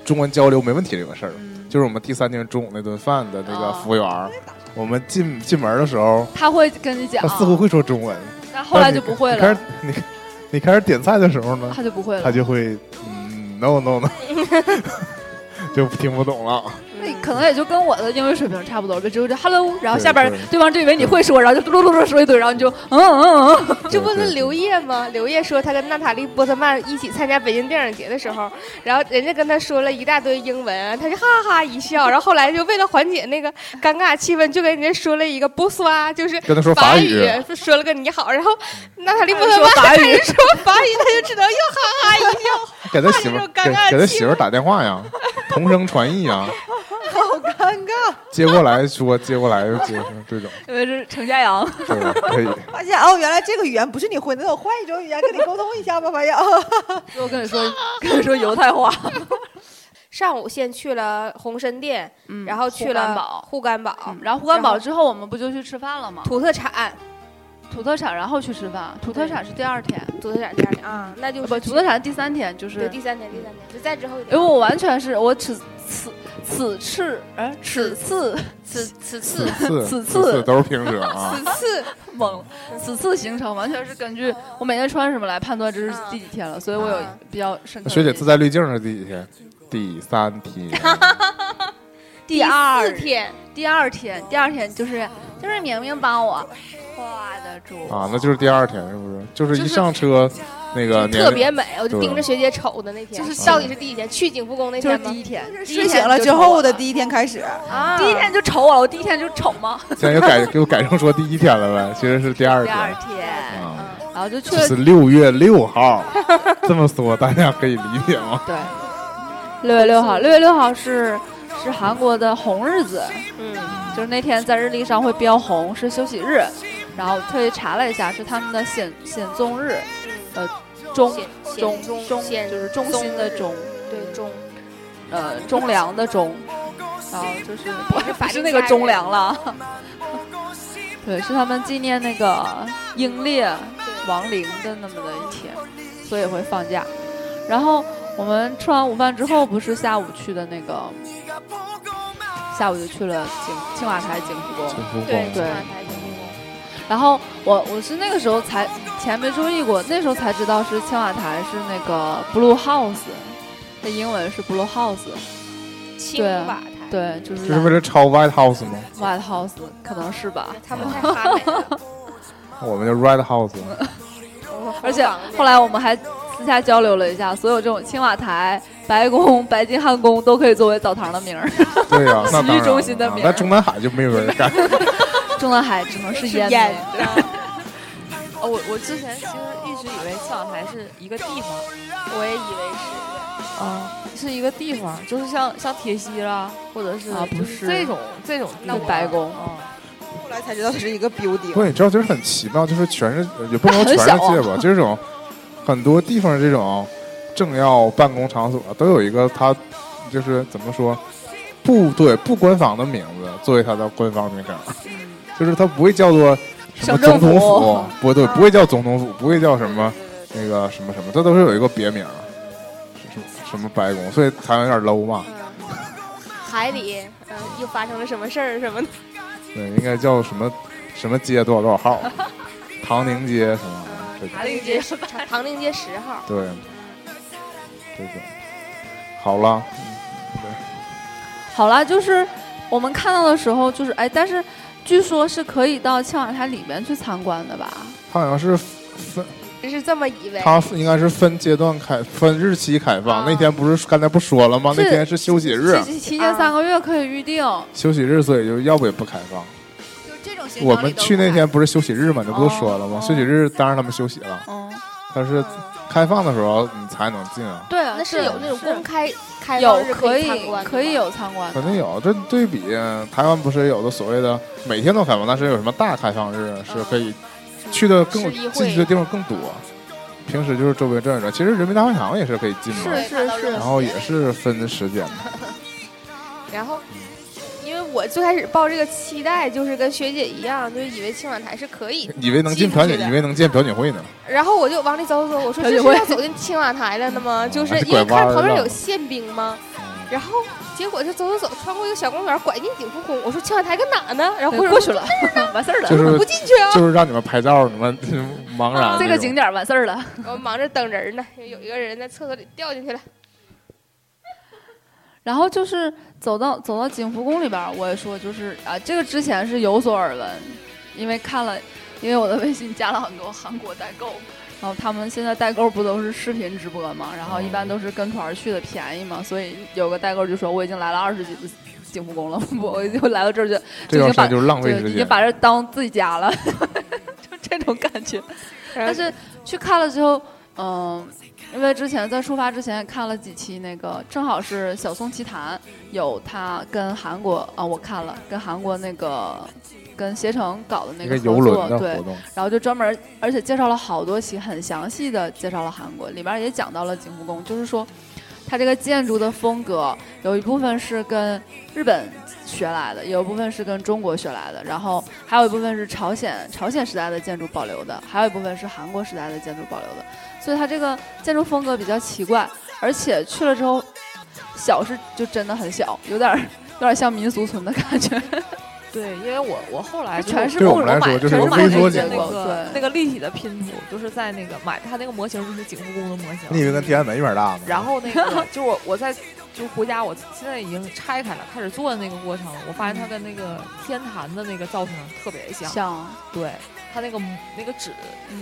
[SPEAKER 2] 中文交流没问题这个事儿，就是我们第三天中午那顿饭的那个
[SPEAKER 4] 嗯哦
[SPEAKER 2] 服务员儿，我们进进门的时候，
[SPEAKER 4] 他会跟你
[SPEAKER 2] 他，
[SPEAKER 4] 讲
[SPEAKER 2] 似乎会说中文，
[SPEAKER 4] 但后来
[SPEAKER 2] 但
[SPEAKER 4] 就
[SPEAKER 2] 你
[SPEAKER 4] 不会
[SPEAKER 2] 你开始
[SPEAKER 4] 了，
[SPEAKER 2] 你你开始点菜的时候呢，
[SPEAKER 4] 他就不会
[SPEAKER 2] 他
[SPEAKER 4] 了。
[SPEAKER 2] 就会嗯 no no no，就听不懂了。
[SPEAKER 4] 那可能也就跟我的英语水平差不多，就只有这 hello，然后
[SPEAKER 2] 对
[SPEAKER 4] 下边
[SPEAKER 2] 对
[SPEAKER 4] 对方就以为你会说，然后就噜噜噜说一堆，然后你就嗯嗯嗯。
[SPEAKER 5] 这不
[SPEAKER 2] 对
[SPEAKER 5] 是
[SPEAKER 2] 对
[SPEAKER 5] 刘
[SPEAKER 2] 对
[SPEAKER 5] 烨吗？刘烨说他跟娜塔莉波特曼一起参加北京电影节的时候，然后人家跟他说了一大堆英文，他就哈哈一笑，然后后来就为了缓解那个尴尬气氛，就跟人家说了一个波斯哇，就是
[SPEAKER 2] 跟他说
[SPEAKER 5] 法
[SPEAKER 2] 法语，
[SPEAKER 5] 说了个你好，然后娜塔莉波特曼法语 说法语，他就只能又哈哈一 笑，
[SPEAKER 2] 给他媳
[SPEAKER 5] 这
[SPEAKER 2] 妇儿
[SPEAKER 5] 种尴
[SPEAKER 2] 给
[SPEAKER 5] 尬
[SPEAKER 2] 给他
[SPEAKER 5] 气
[SPEAKER 2] 媳妇儿打电话呀，同声传译呀，
[SPEAKER 7] 好尴尬。
[SPEAKER 2] 接过来说，接过来接这种，
[SPEAKER 4] 因为呃是程家阳，
[SPEAKER 2] 这种可以。
[SPEAKER 7] 发现哦，原来这个语言不是你会的，那我换一种语言跟你沟通一下吧。发现哦，
[SPEAKER 4] 所以我跟你说，跟你说犹太话，
[SPEAKER 5] 上午先去了红参店，
[SPEAKER 4] 嗯
[SPEAKER 5] 然后去
[SPEAKER 4] 护肝
[SPEAKER 5] 了
[SPEAKER 4] 堡，
[SPEAKER 5] 护肝堡
[SPEAKER 4] 嗯，然后胡干堡
[SPEAKER 5] 然
[SPEAKER 4] 之后我们不就去吃饭了吗？
[SPEAKER 5] 土特产，
[SPEAKER 4] 土特产，然后去吃饭，土特产是第二天，
[SPEAKER 5] 土特产第二天啊，那就是
[SPEAKER 4] 不，土特产第三天就
[SPEAKER 5] 对
[SPEAKER 4] 是，哎
[SPEAKER 5] 第三天，第三天就再之后一
[SPEAKER 4] 因为
[SPEAKER 5] 点。
[SPEAKER 4] 我完全是我此此此次，哎，此次，
[SPEAKER 8] 此此次
[SPEAKER 2] 此次
[SPEAKER 4] 此次
[SPEAKER 2] 次都是平舌啊，
[SPEAKER 4] 此次猛，此次行程完全是根据我每天穿什么来判断这是第几天了，所以我有比较深刻的印象。
[SPEAKER 2] 学姐自带滤镜是第几天？第三天，
[SPEAKER 4] 第二
[SPEAKER 5] 四天，
[SPEAKER 4] 第二天，第二天就是就是明明帮我画的住
[SPEAKER 2] 啊，那就是第二天，是不是？就是
[SPEAKER 4] 就
[SPEAKER 2] 一
[SPEAKER 4] 是
[SPEAKER 2] 上车，那个啊年
[SPEAKER 5] 特别美，我就
[SPEAKER 2] 对啊
[SPEAKER 5] 盯着学姐瞅的那天，
[SPEAKER 4] 就是
[SPEAKER 5] 到底是第几天？去景福宫那
[SPEAKER 4] 就是
[SPEAKER 5] 天吗
[SPEAKER 4] 第？一天，第一
[SPEAKER 7] 睡
[SPEAKER 4] 天
[SPEAKER 7] 醒了
[SPEAKER 4] 就
[SPEAKER 7] 之
[SPEAKER 4] 瞅
[SPEAKER 7] 后
[SPEAKER 4] 我
[SPEAKER 7] 的
[SPEAKER 4] 了
[SPEAKER 7] 第一天开始，
[SPEAKER 5] 啊，
[SPEAKER 4] 第一天就瞅我了，我第一天就瞅吗？
[SPEAKER 2] 现在又改又改成说第一天了呗，其实是第二
[SPEAKER 4] 第
[SPEAKER 2] 天
[SPEAKER 4] 二天，
[SPEAKER 2] 啊，
[SPEAKER 4] 然后 就去
[SPEAKER 2] 就是六月六号， 这么说大家可以理解吗？
[SPEAKER 4] 对，六月六号，六月六号是是韩国的红日子，
[SPEAKER 5] 嗯，
[SPEAKER 4] 就是那天在日历上会标红，是休息日。然后我特意查了一下，是他们的显显宗日，呃，中
[SPEAKER 5] 显显
[SPEAKER 4] 中
[SPEAKER 5] 宗
[SPEAKER 4] 中
[SPEAKER 5] 显
[SPEAKER 4] 就是中心的
[SPEAKER 5] 宗
[SPEAKER 4] 中，
[SPEAKER 5] 对中，
[SPEAKER 4] 呃，中粮的中，然后哦就是不是
[SPEAKER 5] 法
[SPEAKER 4] 不
[SPEAKER 5] 定
[SPEAKER 4] 是那个
[SPEAKER 5] 假日
[SPEAKER 4] 中粮了， 对，是他们纪念那个英烈亡灵的那么的一天，所以会放假。然后我们吃完午饭之后，不是下午去的那个，下午就去了景青瓦台景福宫。
[SPEAKER 2] 真不
[SPEAKER 5] 对
[SPEAKER 2] 慌
[SPEAKER 4] 对
[SPEAKER 5] 青瓦台景福宫
[SPEAKER 4] 然后我我是那个时候才以前没注意过，那时候才知道是青瓦台是那个 Blue House，它英文是 Blue House，
[SPEAKER 5] 青瓦台，
[SPEAKER 4] 对，就
[SPEAKER 2] 这
[SPEAKER 4] 是
[SPEAKER 2] 是为了抄 White House 吗？
[SPEAKER 4] White House，可能是吧。
[SPEAKER 5] 他们太哈美了，
[SPEAKER 2] 我们叫 Red House，
[SPEAKER 4] 而且后来我们还私下交流了一下，所有这种青瓦台、白宫、白金汉宫都可以作为澡堂的名儿，
[SPEAKER 2] 对呀，那当
[SPEAKER 4] 洗浴
[SPEAKER 2] 然
[SPEAKER 4] 中心的
[SPEAKER 2] 了啊
[SPEAKER 4] 名儿
[SPEAKER 2] 那中南海就没有人干，
[SPEAKER 4] 中南海只能是烟
[SPEAKER 7] 烟
[SPEAKER 4] 民。
[SPEAKER 6] 哦，我我之前其实一直以为青瓦台是一个地方，
[SPEAKER 5] 我也以为
[SPEAKER 4] 哦
[SPEAKER 6] 啊、是一个地方，就是像像铁西啦，或者是
[SPEAKER 4] 啊不
[SPEAKER 6] 就是
[SPEAKER 4] 是
[SPEAKER 6] 这种这种地
[SPEAKER 4] 那
[SPEAKER 6] 方
[SPEAKER 4] 白宫
[SPEAKER 6] 啊
[SPEAKER 7] 后来才知道它是一个 building。
[SPEAKER 2] 不，你知道就是很奇妙，就是全世也不能说
[SPEAKER 4] 很
[SPEAKER 2] 全世
[SPEAKER 4] 小啊
[SPEAKER 2] 界吧，这种很多地方这种政要办公场所都有一个它就是怎么说不对不官方的名字作为它的官方名称，就是它不会叫做什么
[SPEAKER 4] 省嗯政
[SPEAKER 2] 总统
[SPEAKER 4] 府
[SPEAKER 2] 府，不对，不会叫总统府，不会叫什么那个什么什么，它都是有一个别名儿，什么什么白宫，所以台湾有点 low 嘛，
[SPEAKER 5] 是，嗯， 海里，嗯，又发生了什么事儿什么的，
[SPEAKER 2] 对，应该叫什么什么街多少多少 号，唐宁街什么这种。
[SPEAKER 5] 唐宁街十，唐宁街十号，
[SPEAKER 2] 对，这种好了，
[SPEAKER 4] 好了，就是我们看到的时候，就是哎，但是据说是可以到青瓦台里面去参观的吧？
[SPEAKER 2] 它好像是分，
[SPEAKER 5] 是这么以为，
[SPEAKER 2] 它应该是分阶段开，分日期开放。
[SPEAKER 5] 啊
[SPEAKER 2] 那天不是刚才不说了吗？
[SPEAKER 4] 是
[SPEAKER 2] 那天是休息日
[SPEAKER 4] 这，期间
[SPEAKER 5] 啊
[SPEAKER 4] 三个月可以预定，
[SPEAKER 2] 休息日，所以就要不也不开放。
[SPEAKER 8] 就这种行程
[SPEAKER 2] 我们去那天不是休息日吗？这不都说了吗？
[SPEAKER 4] 哦
[SPEAKER 2] 休息日当然他们休息了，
[SPEAKER 4] 嗯，
[SPEAKER 2] 但是开放的时候你才能进啊。
[SPEAKER 4] 对啊，
[SPEAKER 5] 那嗯是有那种公开开放
[SPEAKER 4] 有
[SPEAKER 5] 日
[SPEAKER 4] 可
[SPEAKER 5] 参观的吗
[SPEAKER 4] 可以，有参观的，
[SPEAKER 2] 肯定有，这对比台湾不是有的所谓的每天都开放，但是有什么大开放日是可以去的更
[SPEAKER 5] 市议会
[SPEAKER 2] 进去的地方更多。平时就是周围转一转，其实人民大会堂也是可以进
[SPEAKER 4] 是
[SPEAKER 2] 的，
[SPEAKER 4] 是是
[SPEAKER 2] 然，后也是分时间的。
[SPEAKER 5] 然后。因为我最开始抱这个期待，就是跟学姐一样，就以为青瓦台是可以
[SPEAKER 2] 以为能进
[SPEAKER 5] 进
[SPEAKER 2] 表
[SPEAKER 5] 去
[SPEAKER 2] 姐，
[SPEAKER 5] 的
[SPEAKER 2] 以为能见表姐会呢，
[SPEAKER 5] 然后我就往里走走，我说
[SPEAKER 4] 他
[SPEAKER 5] 这
[SPEAKER 4] 就是会
[SPEAKER 5] 要走进青瓦台了呢吗？就是
[SPEAKER 2] 嗯还是
[SPEAKER 5] 因为
[SPEAKER 2] 拐
[SPEAKER 5] 看
[SPEAKER 2] 弯儿
[SPEAKER 5] 旁边
[SPEAKER 2] 绕嗯
[SPEAKER 5] 有宪兵吗？然后结果就走走走，穿过一个小公园，拐进景福宫。我说青瓦台搁哪呢？然后
[SPEAKER 2] 哎
[SPEAKER 5] 或者
[SPEAKER 4] 过去了， 完事儿了
[SPEAKER 2] 就。是
[SPEAKER 5] 不进去啊，
[SPEAKER 2] 嗯就是让你们拍照，你们茫然那种。
[SPEAKER 4] 这个景点完事儿了，
[SPEAKER 5] 我忙着等人呢，有一个人在厕所里掉进去了。
[SPEAKER 4] 然后就是走到走到景福宫里边儿，我也说就是啊，这个之前是有所耳闻，因为看了，因为我的微信加了很多韩国代购，然后他们现在代购不都是视频直播
[SPEAKER 2] 嗯
[SPEAKER 4] 嘛，然后一般都是跟团儿去的便宜嘛，所以有个代购就说我已经来了二十几次景福宫了，我我就来到这儿就
[SPEAKER 2] 这段时间就是浪费
[SPEAKER 4] 就
[SPEAKER 2] 时
[SPEAKER 4] 已经
[SPEAKER 2] 间。
[SPEAKER 4] 把这当自己家了， 就这种感觉。但
[SPEAKER 5] 但
[SPEAKER 4] 是去看了之后，嗯、因为之前在出发之前也看了几期那个，正好是小松奇谈有他跟韩国啊、我看了跟韩国那个跟携程搞的那
[SPEAKER 2] 一
[SPEAKER 4] 个
[SPEAKER 2] 个
[SPEAKER 4] 合
[SPEAKER 2] 游
[SPEAKER 4] 作，
[SPEAKER 2] 轮的
[SPEAKER 4] 对
[SPEAKER 2] 活，动，
[SPEAKER 4] 然后就专门而且介绍了好多期，很详细的介绍了韩国，里面也讲到了景福宫，就是说。它这个建筑的风格有一部分是跟日本学来的，有一部分是跟中国学来的，然后还有一部分是朝鲜朝鲜时代的建筑保留的，还有一部分是韩国时代的建筑保留的，所以它这个建筑风格比较奇怪，而且去了之后小是就真的很小，有点儿有点像民俗村的感觉，
[SPEAKER 6] 对，因为我我后来就
[SPEAKER 4] 全是
[SPEAKER 2] 对我
[SPEAKER 4] 木
[SPEAKER 2] 们来
[SPEAKER 4] 头买
[SPEAKER 2] 说
[SPEAKER 4] 的，
[SPEAKER 2] 就是一
[SPEAKER 4] 我
[SPEAKER 2] 个
[SPEAKER 4] 买
[SPEAKER 2] 微缩
[SPEAKER 4] 的
[SPEAKER 2] 结构
[SPEAKER 4] 结
[SPEAKER 6] 那
[SPEAKER 4] 果，
[SPEAKER 6] 个
[SPEAKER 4] 对，
[SPEAKER 6] 那个立体的拼图，就是在那个买它那个模型就是景故宫的模型，
[SPEAKER 2] 你以为跟天安门一边大吗？
[SPEAKER 6] 然后那个就我我在就回家，我现在已经拆开了，开始做的那个过程，我发现它跟那个天坛的那个造型特别像。
[SPEAKER 4] 像
[SPEAKER 6] 对，它那个那个纸，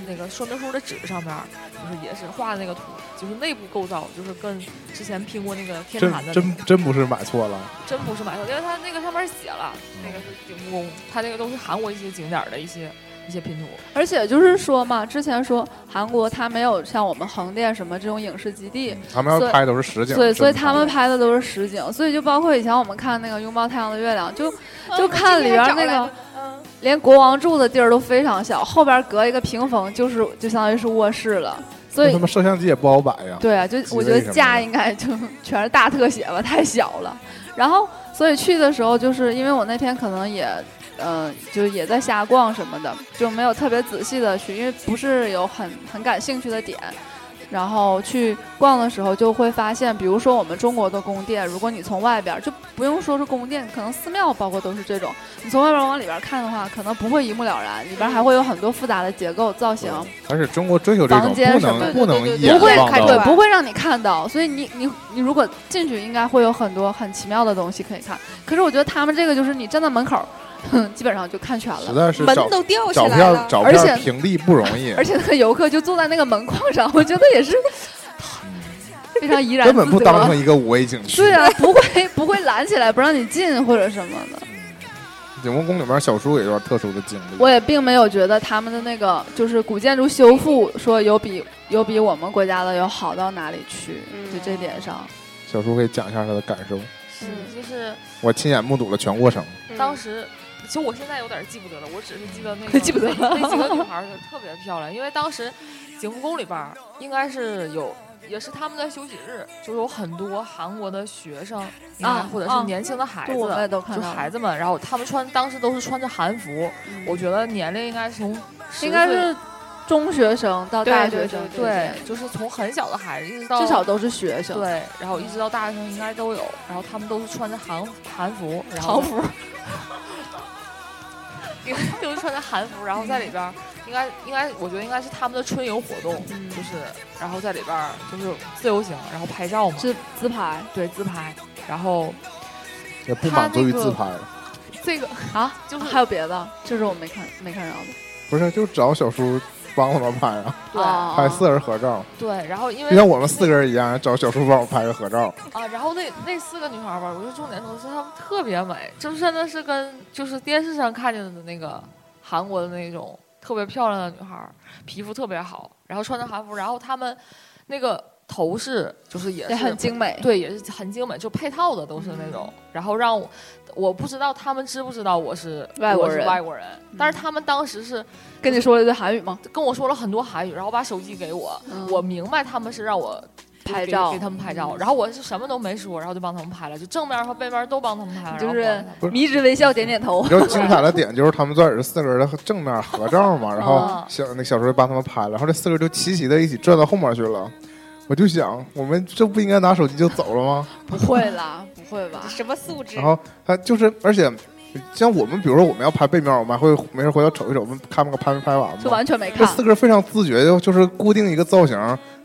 [SPEAKER 6] 那个说明书的纸上面，就是也是画的那个图，就是内部构造，就是跟之前拼过那个天
[SPEAKER 2] 真
[SPEAKER 6] 坛的、那个、
[SPEAKER 2] 真真不是买错了，
[SPEAKER 6] 真不是买错，因为它那个上面写了，那个是景故宫，它那个都是韩国一些景点儿的一些一些拼图。
[SPEAKER 4] 而且就是说嘛，之前说韩国它没有像我们横店什么这种影视基地，
[SPEAKER 2] 他们
[SPEAKER 4] 所
[SPEAKER 2] 要
[SPEAKER 4] 以
[SPEAKER 2] 拍都是实景，
[SPEAKER 4] 所以
[SPEAKER 2] 真
[SPEAKER 4] 所以
[SPEAKER 2] 的
[SPEAKER 4] 他们拍的都是实景，所以就包括以前我们看那个《拥抱太阳的月亮》，就嗯就看里边那个，连国王住的地儿都非常小，后边隔一个屏风就是就相当于是卧室了，所
[SPEAKER 2] 那
[SPEAKER 4] 以
[SPEAKER 2] 他。们摄像机也不好摆呀。
[SPEAKER 4] 对啊，就
[SPEAKER 2] 几
[SPEAKER 4] 我觉
[SPEAKER 2] 位
[SPEAKER 4] 得
[SPEAKER 2] 什么
[SPEAKER 4] 架
[SPEAKER 2] 的
[SPEAKER 4] 应该就 全是大特写吧，太小了。然后，所以去的时候，就是因为我那天可能也，呃，就也在瞎逛什么的，就没有特别仔细的去，因为不是有很很感兴趣的点。然后去逛的时候，就会发现，比如说我们中国的宫殿，如果你从外边儿就不用说是宫殿，可能寺庙包括都是这种，你从外边儿往里边儿看的话，可能不会一目了然，里边儿还会有很多复杂的结构造型。
[SPEAKER 2] 而且中国追求这种
[SPEAKER 4] 房间
[SPEAKER 2] 不
[SPEAKER 4] 什么
[SPEAKER 2] 能
[SPEAKER 4] 的
[SPEAKER 2] 不能
[SPEAKER 7] 对对对
[SPEAKER 2] 眼
[SPEAKER 4] 不会
[SPEAKER 2] 望
[SPEAKER 4] 看
[SPEAKER 2] 到
[SPEAKER 4] 对，
[SPEAKER 7] 吧
[SPEAKER 4] 不会让你看到，所以你你你如果进去，应该会有很多很奇妙的东西可以看。可是我觉得他们这个就是你站在门口，哼， 基本上就看全
[SPEAKER 2] 实
[SPEAKER 4] 了。
[SPEAKER 2] 在是
[SPEAKER 5] 门
[SPEAKER 2] 找
[SPEAKER 5] 都掉下
[SPEAKER 2] 找
[SPEAKER 5] 来
[SPEAKER 2] 片
[SPEAKER 5] 了。
[SPEAKER 2] 找
[SPEAKER 4] 而且
[SPEAKER 2] 片屏蔽不容易，
[SPEAKER 4] 而且那个游客就坐在那个门框上，我觉得也是非常怡然
[SPEAKER 2] 根本
[SPEAKER 4] 自
[SPEAKER 2] 不
[SPEAKER 4] 得
[SPEAKER 2] 当成一个五 A 景区。
[SPEAKER 4] 对啊，不会不会拦起来不让你进或者什么的。
[SPEAKER 2] 景国宫里面小叔也有点特殊的经历，
[SPEAKER 4] 我也并没有觉得他们的那个就是古建筑修复说有比有比我们国家的有好到哪里去，
[SPEAKER 5] 嗯
[SPEAKER 4] 就这点上。
[SPEAKER 2] 小叔可以讲一下他的感受。
[SPEAKER 5] 嗯
[SPEAKER 6] 是，就是
[SPEAKER 2] 我亲眼目睹了全过程，
[SPEAKER 4] 嗯
[SPEAKER 6] 当时，其实我现在有点记不得了，我只是记得那 个
[SPEAKER 4] 记不得了
[SPEAKER 6] 那几个女孩儿是特别漂亮，因为当时景故宫里边儿应该是有。也是他们的休息日，就有很多韩国的学生
[SPEAKER 4] 啊
[SPEAKER 6] 或者是
[SPEAKER 4] 啊
[SPEAKER 6] 年轻的孩
[SPEAKER 4] 对
[SPEAKER 6] 子，
[SPEAKER 4] 我们也都看
[SPEAKER 6] 就
[SPEAKER 4] 到了嗯
[SPEAKER 6] 孩子们，然后他们穿当时都是穿着韩服，我觉得年龄应该是从10
[SPEAKER 4] 应该
[SPEAKER 6] 岁
[SPEAKER 4] 是中学生到大学生，
[SPEAKER 6] 对，就是从很小的孩子一直到
[SPEAKER 4] 至少都是学生。
[SPEAKER 6] 对，然后一直到大学生应该都有，然后他们都是穿着韩韩服，然后
[SPEAKER 4] 唐服，
[SPEAKER 6] 应该都是穿着韩服，然后在里边儿应该应该我觉得应该是他们的春游活动，就是然后在里边儿就是自由行，然后拍照嘛，
[SPEAKER 4] 是自拍
[SPEAKER 6] 对自拍，然后
[SPEAKER 2] 也不满足于
[SPEAKER 6] 他那
[SPEAKER 2] 自
[SPEAKER 6] 个
[SPEAKER 2] 拍了。
[SPEAKER 6] 这个
[SPEAKER 4] 啊，
[SPEAKER 6] 就是
[SPEAKER 4] 还有别的，这是我没看没看着
[SPEAKER 6] 哦
[SPEAKER 4] 的。
[SPEAKER 2] 不是，就找小叔帮我们拍啊，
[SPEAKER 6] 对、
[SPEAKER 4] 哦
[SPEAKER 2] 拍四人合照，
[SPEAKER 6] 对，然后因为
[SPEAKER 2] 就像我们四个人一样，找小叔帮我拍个合照。
[SPEAKER 6] 啊，然后那那四个女孩儿吧，我觉得重点说是她们特别美，就真的是跟就是电视上看见的那个韩国的那种特别漂亮的女孩儿，皮肤特别好，然后穿着韩服，然后她们那个头饰就是也是
[SPEAKER 4] 也很精美。嗯
[SPEAKER 6] 对，也是很精美，就配套的都是那种。然后让我我不知道他们知不知道我是
[SPEAKER 4] 外国
[SPEAKER 6] 我是
[SPEAKER 4] 人嗯
[SPEAKER 6] 外国人，但是他们当时是
[SPEAKER 4] 跟你说了一堆韩语吗？
[SPEAKER 6] 跟我说了很多韩语，然后把手机给我，
[SPEAKER 4] 嗯
[SPEAKER 6] 我明白他们是让我
[SPEAKER 4] 拍
[SPEAKER 6] 给
[SPEAKER 4] 照嗯
[SPEAKER 6] 给他们拍照，然后我是什么都没说，然后就帮他们拍了，就正面和背面都帮他们拍了，
[SPEAKER 4] 就
[SPEAKER 6] 然后
[SPEAKER 4] 是
[SPEAKER 6] 帮他们
[SPEAKER 2] 不是
[SPEAKER 4] 迷之微笑，点点头
[SPEAKER 2] 你。知道精彩的点就是他们坐在这四个人的正面合照嘛，然后
[SPEAKER 6] 嗯
[SPEAKER 2] 小那小叔就帮他们拍了，然后这四个人就齐齐的一起转到后面去了。我就想，我们这不应该拿手机就走了吗？
[SPEAKER 4] 不会啦，不会吧？
[SPEAKER 5] 什么素质
[SPEAKER 2] 然？后他就是，而且像我们，比如说我们要拍背面，我们还会没事回头瞅一瞅，我们看不看拍没拍完
[SPEAKER 4] 就
[SPEAKER 2] 嘛。
[SPEAKER 4] 完全没
[SPEAKER 2] 这
[SPEAKER 4] 看
[SPEAKER 2] 四。个人非常自觉，就就是固定一个造型，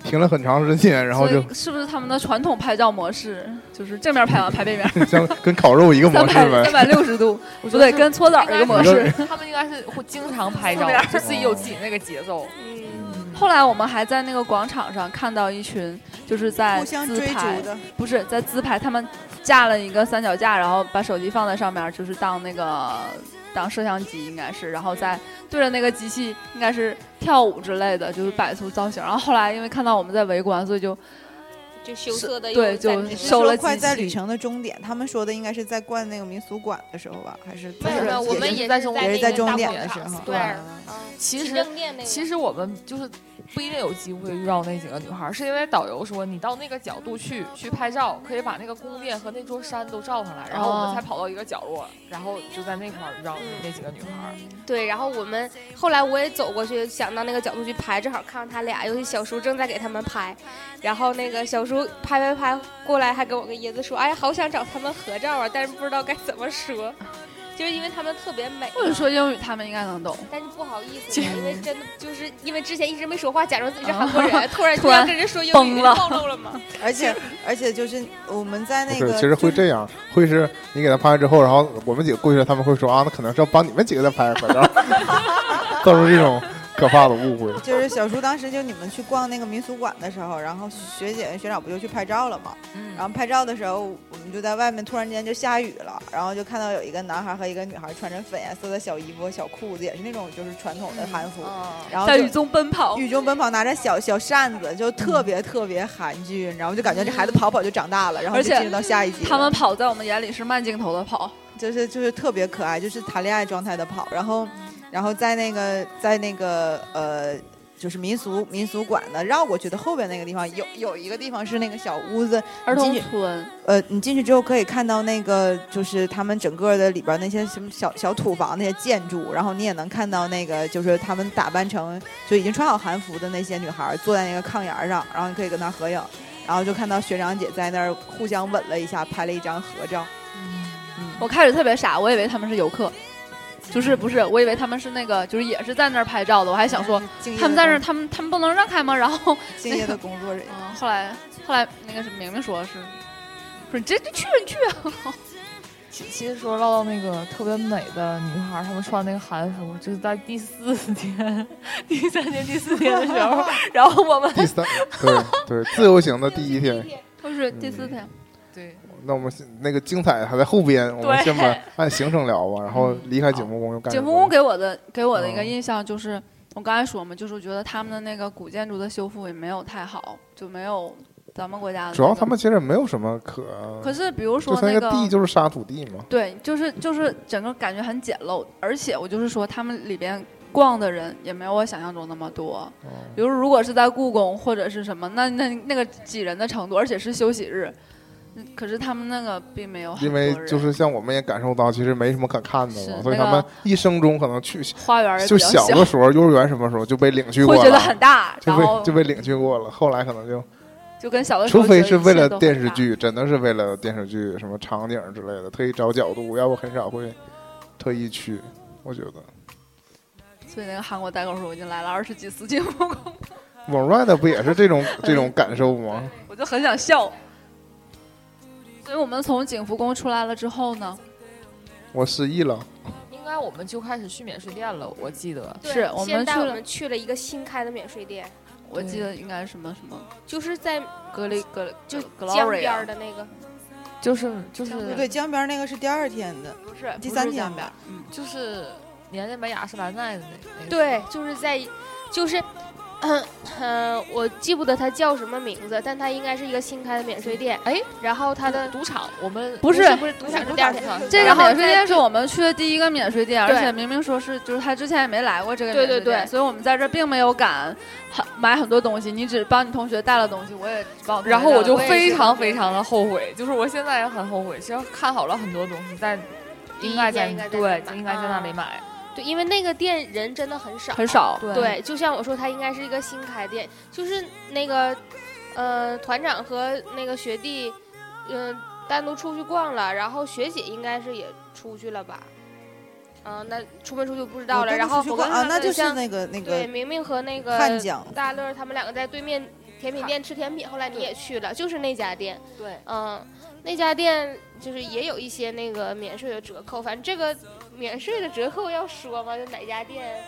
[SPEAKER 2] 停了很长时间，然后
[SPEAKER 4] 所
[SPEAKER 2] 就
[SPEAKER 4] 以是不是他们的传统拍照模式，就是正面拍完拍背面，
[SPEAKER 2] 像跟烤肉一个模
[SPEAKER 4] 三
[SPEAKER 2] 式
[SPEAKER 4] 百
[SPEAKER 2] 呗
[SPEAKER 4] 三。百六十度，
[SPEAKER 6] 我觉
[SPEAKER 4] 不
[SPEAKER 6] 得
[SPEAKER 4] 对，跟搓澡一个模式。
[SPEAKER 6] 他们应该是会经 常拍照
[SPEAKER 4] 四面，
[SPEAKER 6] 就自己有自己那个节奏。
[SPEAKER 5] 嗯，
[SPEAKER 2] 嗯
[SPEAKER 4] 后来我们还在那个广场上看到一群，就是在
[SPEAKER 7] 互相
[SPEAKER 4] 自
[SPEAKER 7] 追逐
[SPEAKER 4] 拍，
[SPEAKER 7] 的，
[SPEAKER 4] 不是在自拍，他们架了一个三脚架，然后把手机放在上面，就是当那个当摄像机应该是，然后再对着那个机器应该是跳舞之类的，就是摆出造型。然后后来因为看到我们在围观，所以就
[SPEAKER 5] 就羞涩的
[SPEAKER 4] 对就
[SPEAKER 7] 只是
[SPEAKER 4] 收
[SPEAKER 7] 说
[SPEAKER 4] 了
[SPEAKER 7] 快
[SPEAKER 4] 机
[SPEAKER 7] 在
[SPEAKER 4] 器
[SPEAKER 7] 旅程的终点，他们说的应该是在逛那个民俗馆的时候吧，还是
[SPEAKER 5] 没有没有，我们也
[SPEAKER 6] 也是在中
[SPEAKER 7] 也
[SPEAKER 5] 是
[SPEAKER 7] 是在
[SPEAKER 5] 那个
[SPEAKER 7] 终
[SPEAKER 5] 大嗯
[SPEAKER 7] 点
[SPEAKER 5] 广
[SPEAKER 7] 的
[SPEAKER 5] 场
[SPEAKER 7] 时候
[SPEAKER 5] 对，
[SPEAKER 6] 其实
[SPEAKER 5] 正店那个，
[SPEAKER 6] 其实我们就是不一定有机会遇到那几个女孩儿，是因为导游说你到那个角度去去拍照，可以把那个宫殿和那座山都照上来，然后我
[SPEAKER 4] 哦嗯
[SPEAKER 6] 们才跑到一个角落，然后就在那块儿遇到那几个女孩儿。
[SPEAKER 5] 对，然后我们后来我也走过去，想到那个角度去拍，正好看到他俩，尤其小叔正在给他们拍，然后那个小时候拍拍拍过来，还跟我跟椰子说：“哎呀，好想找他们合照啊，但是不知道该怎么说，就是因为他们特别美嘛。”
[SPEAKER 4] 或者哦说英语他们应该能懂。
[SPEAKER 5] 但是不好意思，因为真的就是因为之前一直没说话，假装自己是韩国人，突然
[SPEAKER 4] 突
[SPEAKER 5] 就
[SPEAKER 4] 然
[SPEAKER 5] 要跟人说英语，
[SPEAKER 4] 崩
[SPEAKER 5] 就
[SPEAKER 4] 了
[SPEAKER 5] 暴露了嘛。
[SPEAKER 7] 而且而且就是我们在那
[SPEAKER 2] 不是，
[SPEAKER 7] 个
[SPEAKER 2] 其实会
[SPEAKER 7] 就是
[SPEAKER 2] 这样，会是你给他拍完之后，然后我们几个过去了，他们会说啊，那可能是要帮你们几个再拍合照， 造成这种可怕的误 会。
[SPEAKER 7] 就是小叔当时就你们去逛那个民俗馆的时候，然后学姐学长不就去拍照了嘛？
[SPEAKER 6] 嗯
[SPEAKER 7] 然后拍照的时候，我们就在外面，突然间就下雨了，然后就看到有一个男孩和一个女孩穿着粉颜色的小衣服、小裤子，也是那种就是传统
[SPEAKER 5] 嗯
[SPEAKER 7] 的韩服，
[SPEAKER 5] 哦
[SPEAKER 7] 然后
[SPEAKER 4] 在
[SPEAKER 7] 就
[SPEAKER 4] 雨中奔跑，
[SPEAKER 7] 雨中奔跑，拿着小小扇子，就特别特别韩剧，你知道吗？就感觉这孩子跑跑就长大了，然后
[SPEAKER 4] 而
[SPEAKER 7] 就
[SPEAKER 4] 且
[SPEAKER 7] 进入到下一集了。
[SPEAKER 4] 他们跑在我们眼里是慢镜头的跑，
[SPEAKER 7] 就是就是特别可爱，就是谈恋爱状态的跑，然后然后在那个在那个呃。就是民俗民俗馆的绕过去的后边那个地方，有有一个地方是那个小屋子，
[SPEAKER 4] 儿
[SPEAKER 7] 童
[SPEAKER 4] 童村，
[SPEAKER 7] 呃，你进去之后可以看到那个就是他们整个的里边那些什么小小土房那些建筑，然后你也能看到那个就是他们打扮成就已经穿好韩服的那些女孩坐在那个炕沿儿上，然后你可以跟她合影，然后就看到学长姐在那儿互相吻了一下，拍了一张合照。
[SPEAKER 5] 嗯
[SPEAKER 4] 我开始特别傻，我以为他们是游客，就是不是，我以为他们是那个，就是也是在那儿拍照的。我还想说，
[SPEAKER 7] 敬业的
[SPEAKER 4] 他们在那儿，
[SPEAKER 7] 工
[SPEAKER 4] 他们他们不能让开吗？然后，
[SPEAKER 7] 嗯敬业的工作 人员。
[SPEAKER 4] 嗯，后来后来那个是明明说是，说你这就去你去啊，
[SPEAKER 6] 其其实说唠到那个特别美的女孩儿，她们穿那个韩服，就是在第四天、 第三天、第四天的时候，然后我们
[SPEAKER 2] 第三，对对，自由行的第一天，
[SPEAKER 4] 就是第四
[SPEAKER 2] 嗯
[SPEAKER 4] 天，
[SPEAKER 6] 对
[SPEAKER 2] 那我们先那个精彩还在后边，我们
[SPEAKER 4] 对嗯
[SPEAKER 2] 先把按行程聊吧，然后离开景福宫又干什
[SPEAKER 4] 景
[SPEAKER 2] 么。
[SPEAKER 4] 福宫给我的给我的一个
[SPEAKER 2] 嗯
[SPEAKER 4] 印象就是，我刚才说嘛，就是我觉得他们的那个古建筑的修复也没有太好，就没有咱们国家的
[SPEAKER 2] 主要
[SPEAKER 4] 那个
[SPEAKER 2] 他们其实也没有什么可，
[SPEAKER 4] 可是比如
[SPEAKER 2] 就
[SPEAKER 4] 说
[SPEAKER 2] 他
[SPEAKER 4] 那
[SPEAKER 2] 个地就是沙土地嘛。
[SPEAKER 4] 对，就是就是整个感觉很简陋，而且我就是说，他们里边逛的人也没有我想象中那么多。
[SPEAKER 2] 嗯
[SPEAKER 4] 比如如果是在故宫或者是什么，那那那个挤人的程度，而且是休息日，嗯可是他们那个并没有很
[SPEAKER 2] 因
[SPEAKER 4] 多人
[SPEAKER 2] 为就是像我们也感受到，其实没什么可看的嘛，
[SPEAKER 4] 是
[SPEAKER 2] 所以
[SPEAKER 4] 那
[SPEAKER 2] 他
[SPEAKER 4] 个
[SPEAKER 2] 们一生中可能去
[SPEAKER 4] 花园也比
[SPEAKER 2] 就
[SPEAKER 4] 较
[SPEAKER 2] 小的时候，幼儿园什么时候就被领去
[SPEAKER 4] 会
[SPEAKER 2] 过
[SPEAKER 4] 觉得很
[SPEAKER 2] 了，
[SPEAKER 4] 大，
[SPEAKER 2] 就
[SPEAKER 4] 然后
[SPEAKER 2] 被就被领去过了。后来可能就，
[SPEAKER 4] 就跟小的时
[SPEAKER 2] 除
[SPEAKER 4] 候觉得
[SPEAKER 2] 非是
[SPEAKER 4] 一切都很大，
[SPEAKER 2] 为了电视剧，真的是为了电视剧什么场景之类的，特意找角度，要不很少会特意去。我觉得
[SPEAKER 4] 所以那个韩国代购说我已经来了二十几次进故宫，
[SPEAKER 2] 网 ride 不也是这 种这种感受吗？
[SPEAKER 4] 我就很想笑。所以我们从景福宫出来了之后呢，
[SPEAKER 2] 我失忆了，
[SPEAKER 6] 应该我们就开始去免税店了，我记得。
[SPEAKER 5] 对
[SPEAKER 4] 是我
[SPEAKER 5] 先
[SPEAKER 4] 们
[SPEAKER 5] 带
[SPEAKER 4] 去
[SPEAKER 5] 我
[SPEAKER 4] 了
[SPEAKER 5] 们去了一个新开的免税店，
[SPEAKER 4] 我记
[SPEAKER 6] 对
[SPEAKER 4] 得应该是什么什么
[SPEAKER 5] 就是在
[SPEAKER 4] 格雷格啊雷
[SPEAKER 5] 就江
[SPEAKER 4] Gloria
[SPEAKER 5] 边儿的那个，
[SPEAKER 6] 就是就是
[SPEAKER 7] 不对，江边那个是第二天的，
[SPEAKER 4] 不是
[SPEAKER 7] 第
[SPEAKER 4] 不
[SPEAKER 7] 三
[SPEAKER 4] 是
[SPEAKER 7] 天
[SPEAKER 4] 江边儿，
[SPEAKER 7] 吧
[SPEAKER 4] 嗯，
[SPEAKER 6] 就是年年买雅诗兰黛的那那个。
[SPEAKER 5] 对，就是在就是。嗯、呃我记不得它叫什么名字，但它应该是一个新开的免税店。
[SPEAKER 6] 哎，
[SPEAKER 5] 然后它
[SPEAKER 6] 它
[SPEAKER 5] 的
[SPEAKER 6] 的赌场，我们
[SPEAKER 4] 不是
[SPEAKER 5] 不是赌场是
[SPEAKER 6] 不是
[SPEAKER 5] 第二
[SPEAKER 6] 赌
[SPEAKER 5] 天
[SPEAKER 6] 场，
[SPEAKER 4] 这个
[SPEAKER 5] 然后
[SPEAKER 4] 免税
[SPEAKER 5] 在
[SPEAKER 4] 店是我们去的第一个免税店，而
[SPEAKER 5] 对
[SPEAKER 4] 且明明说是就是他之前也没来过这个
[SPEAKER 5] 对
[SPEAKER 4] 免税店，
[SPEAKER 5] 对对
[SPEAKER 4] 所以我们在这儿并没有敢很买很多东西，你只帮你同学带了东西，我也帮我同学带了东西。
[SPEAKER 6] 然后我就
[SPEAKER 5] 也
[SPEAKER 6] 非
[SPEAKER 5] 是
[SPEAKER 6] 常非常的后悔，就是我现在也很后悔，其实看好了很多东西，但
[SPEAKER 5] 第一
[SPEAKER 6] 应该
[SPEAKER 5] 天
[SPEAKER 6] 在
[SPEAKER 5] 应该在那
[SPEAKER 6] 对
[SPEAKER 5] 里，
[SPEAKER 6] 就
[SPEAKER 5] 买
[SPEAKER 6] 应该在那里
[SPEAKER 5] 啊
[SPEAKER 6] 买。嗯
[SPEAKER 5] 对，因为那个店人真的很少，
[SPEAKER 4] 很少，
[SPEAKER 6] 对
[SPEAKER 5] 对，就像我说，它应该是一个新开店，就是那个，呃，团长和那个学弟，嗯、单独出去逛了，然后学姐应该是也出去了吧？嗯、那出没出去不知道
[SPEAKER 7] 我
[SPEAKER 5] 了。
[SPEAKER 7] 跟
[SPEAKER 5] 然
[SPEAKER 7] 着
[SPEAKER 5] 后
[SPEAKER 7] 去
[SPEAKER 5] 我
[SPEAKER 7] 逛
[SPEAKER 5] 跟
[SPEAKER 7] 啊，
[SPEAKER 5] 他
[SPEAKER 7] 那
[SPEAKER 5] 们
[SPEAKER 7] 就是
[SPEAKER 5] 像
[SPEAKER 7] 那个那
[SPEAKER 5] 对
[SPEAKER 7] 个
[SPEAKER 5] 明明和那个
[SPEAKER 7] 汉江，
[SPEAKER 5] 大乐儿他们两个在对面甜品店吃甜品，后来你也去了，就是那家店，
[SPEAKER 6] 对，
[SPEAKER 5] 嗯，那家店就是也有一些那个免税的折扣，反正这个免税的折扣要说吗？就哪家店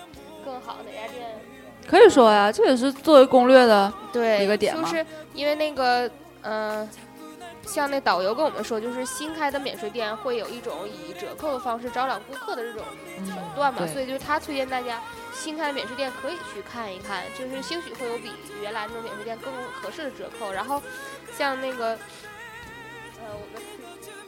[SPEAKER 5] 更好，哪家店
[SPEAKER 4] 可以说呀，这也是作为攻略的，
[SPEAKER 5] 对
[SPEAKER 4] 一个点
[SPEAKER 5] 就
[SPEAKER 4] 吗
[SPEAKER 5] 是因为那个嗯、呃像那导游跟我们说，就是新开的免税店会有一种以折扣的方式招揽顾客的这种手
[SPEAKER 6] 嗯，
[SPEAKER 5] 段嘛，
[SPEAKER 6] 对
[SPEAKER 5] 所以就是他推荐大家新开的免税店可以去看一看，就是兴许会有比原来那种免税店更合适的折扣。然后像那个呃，我们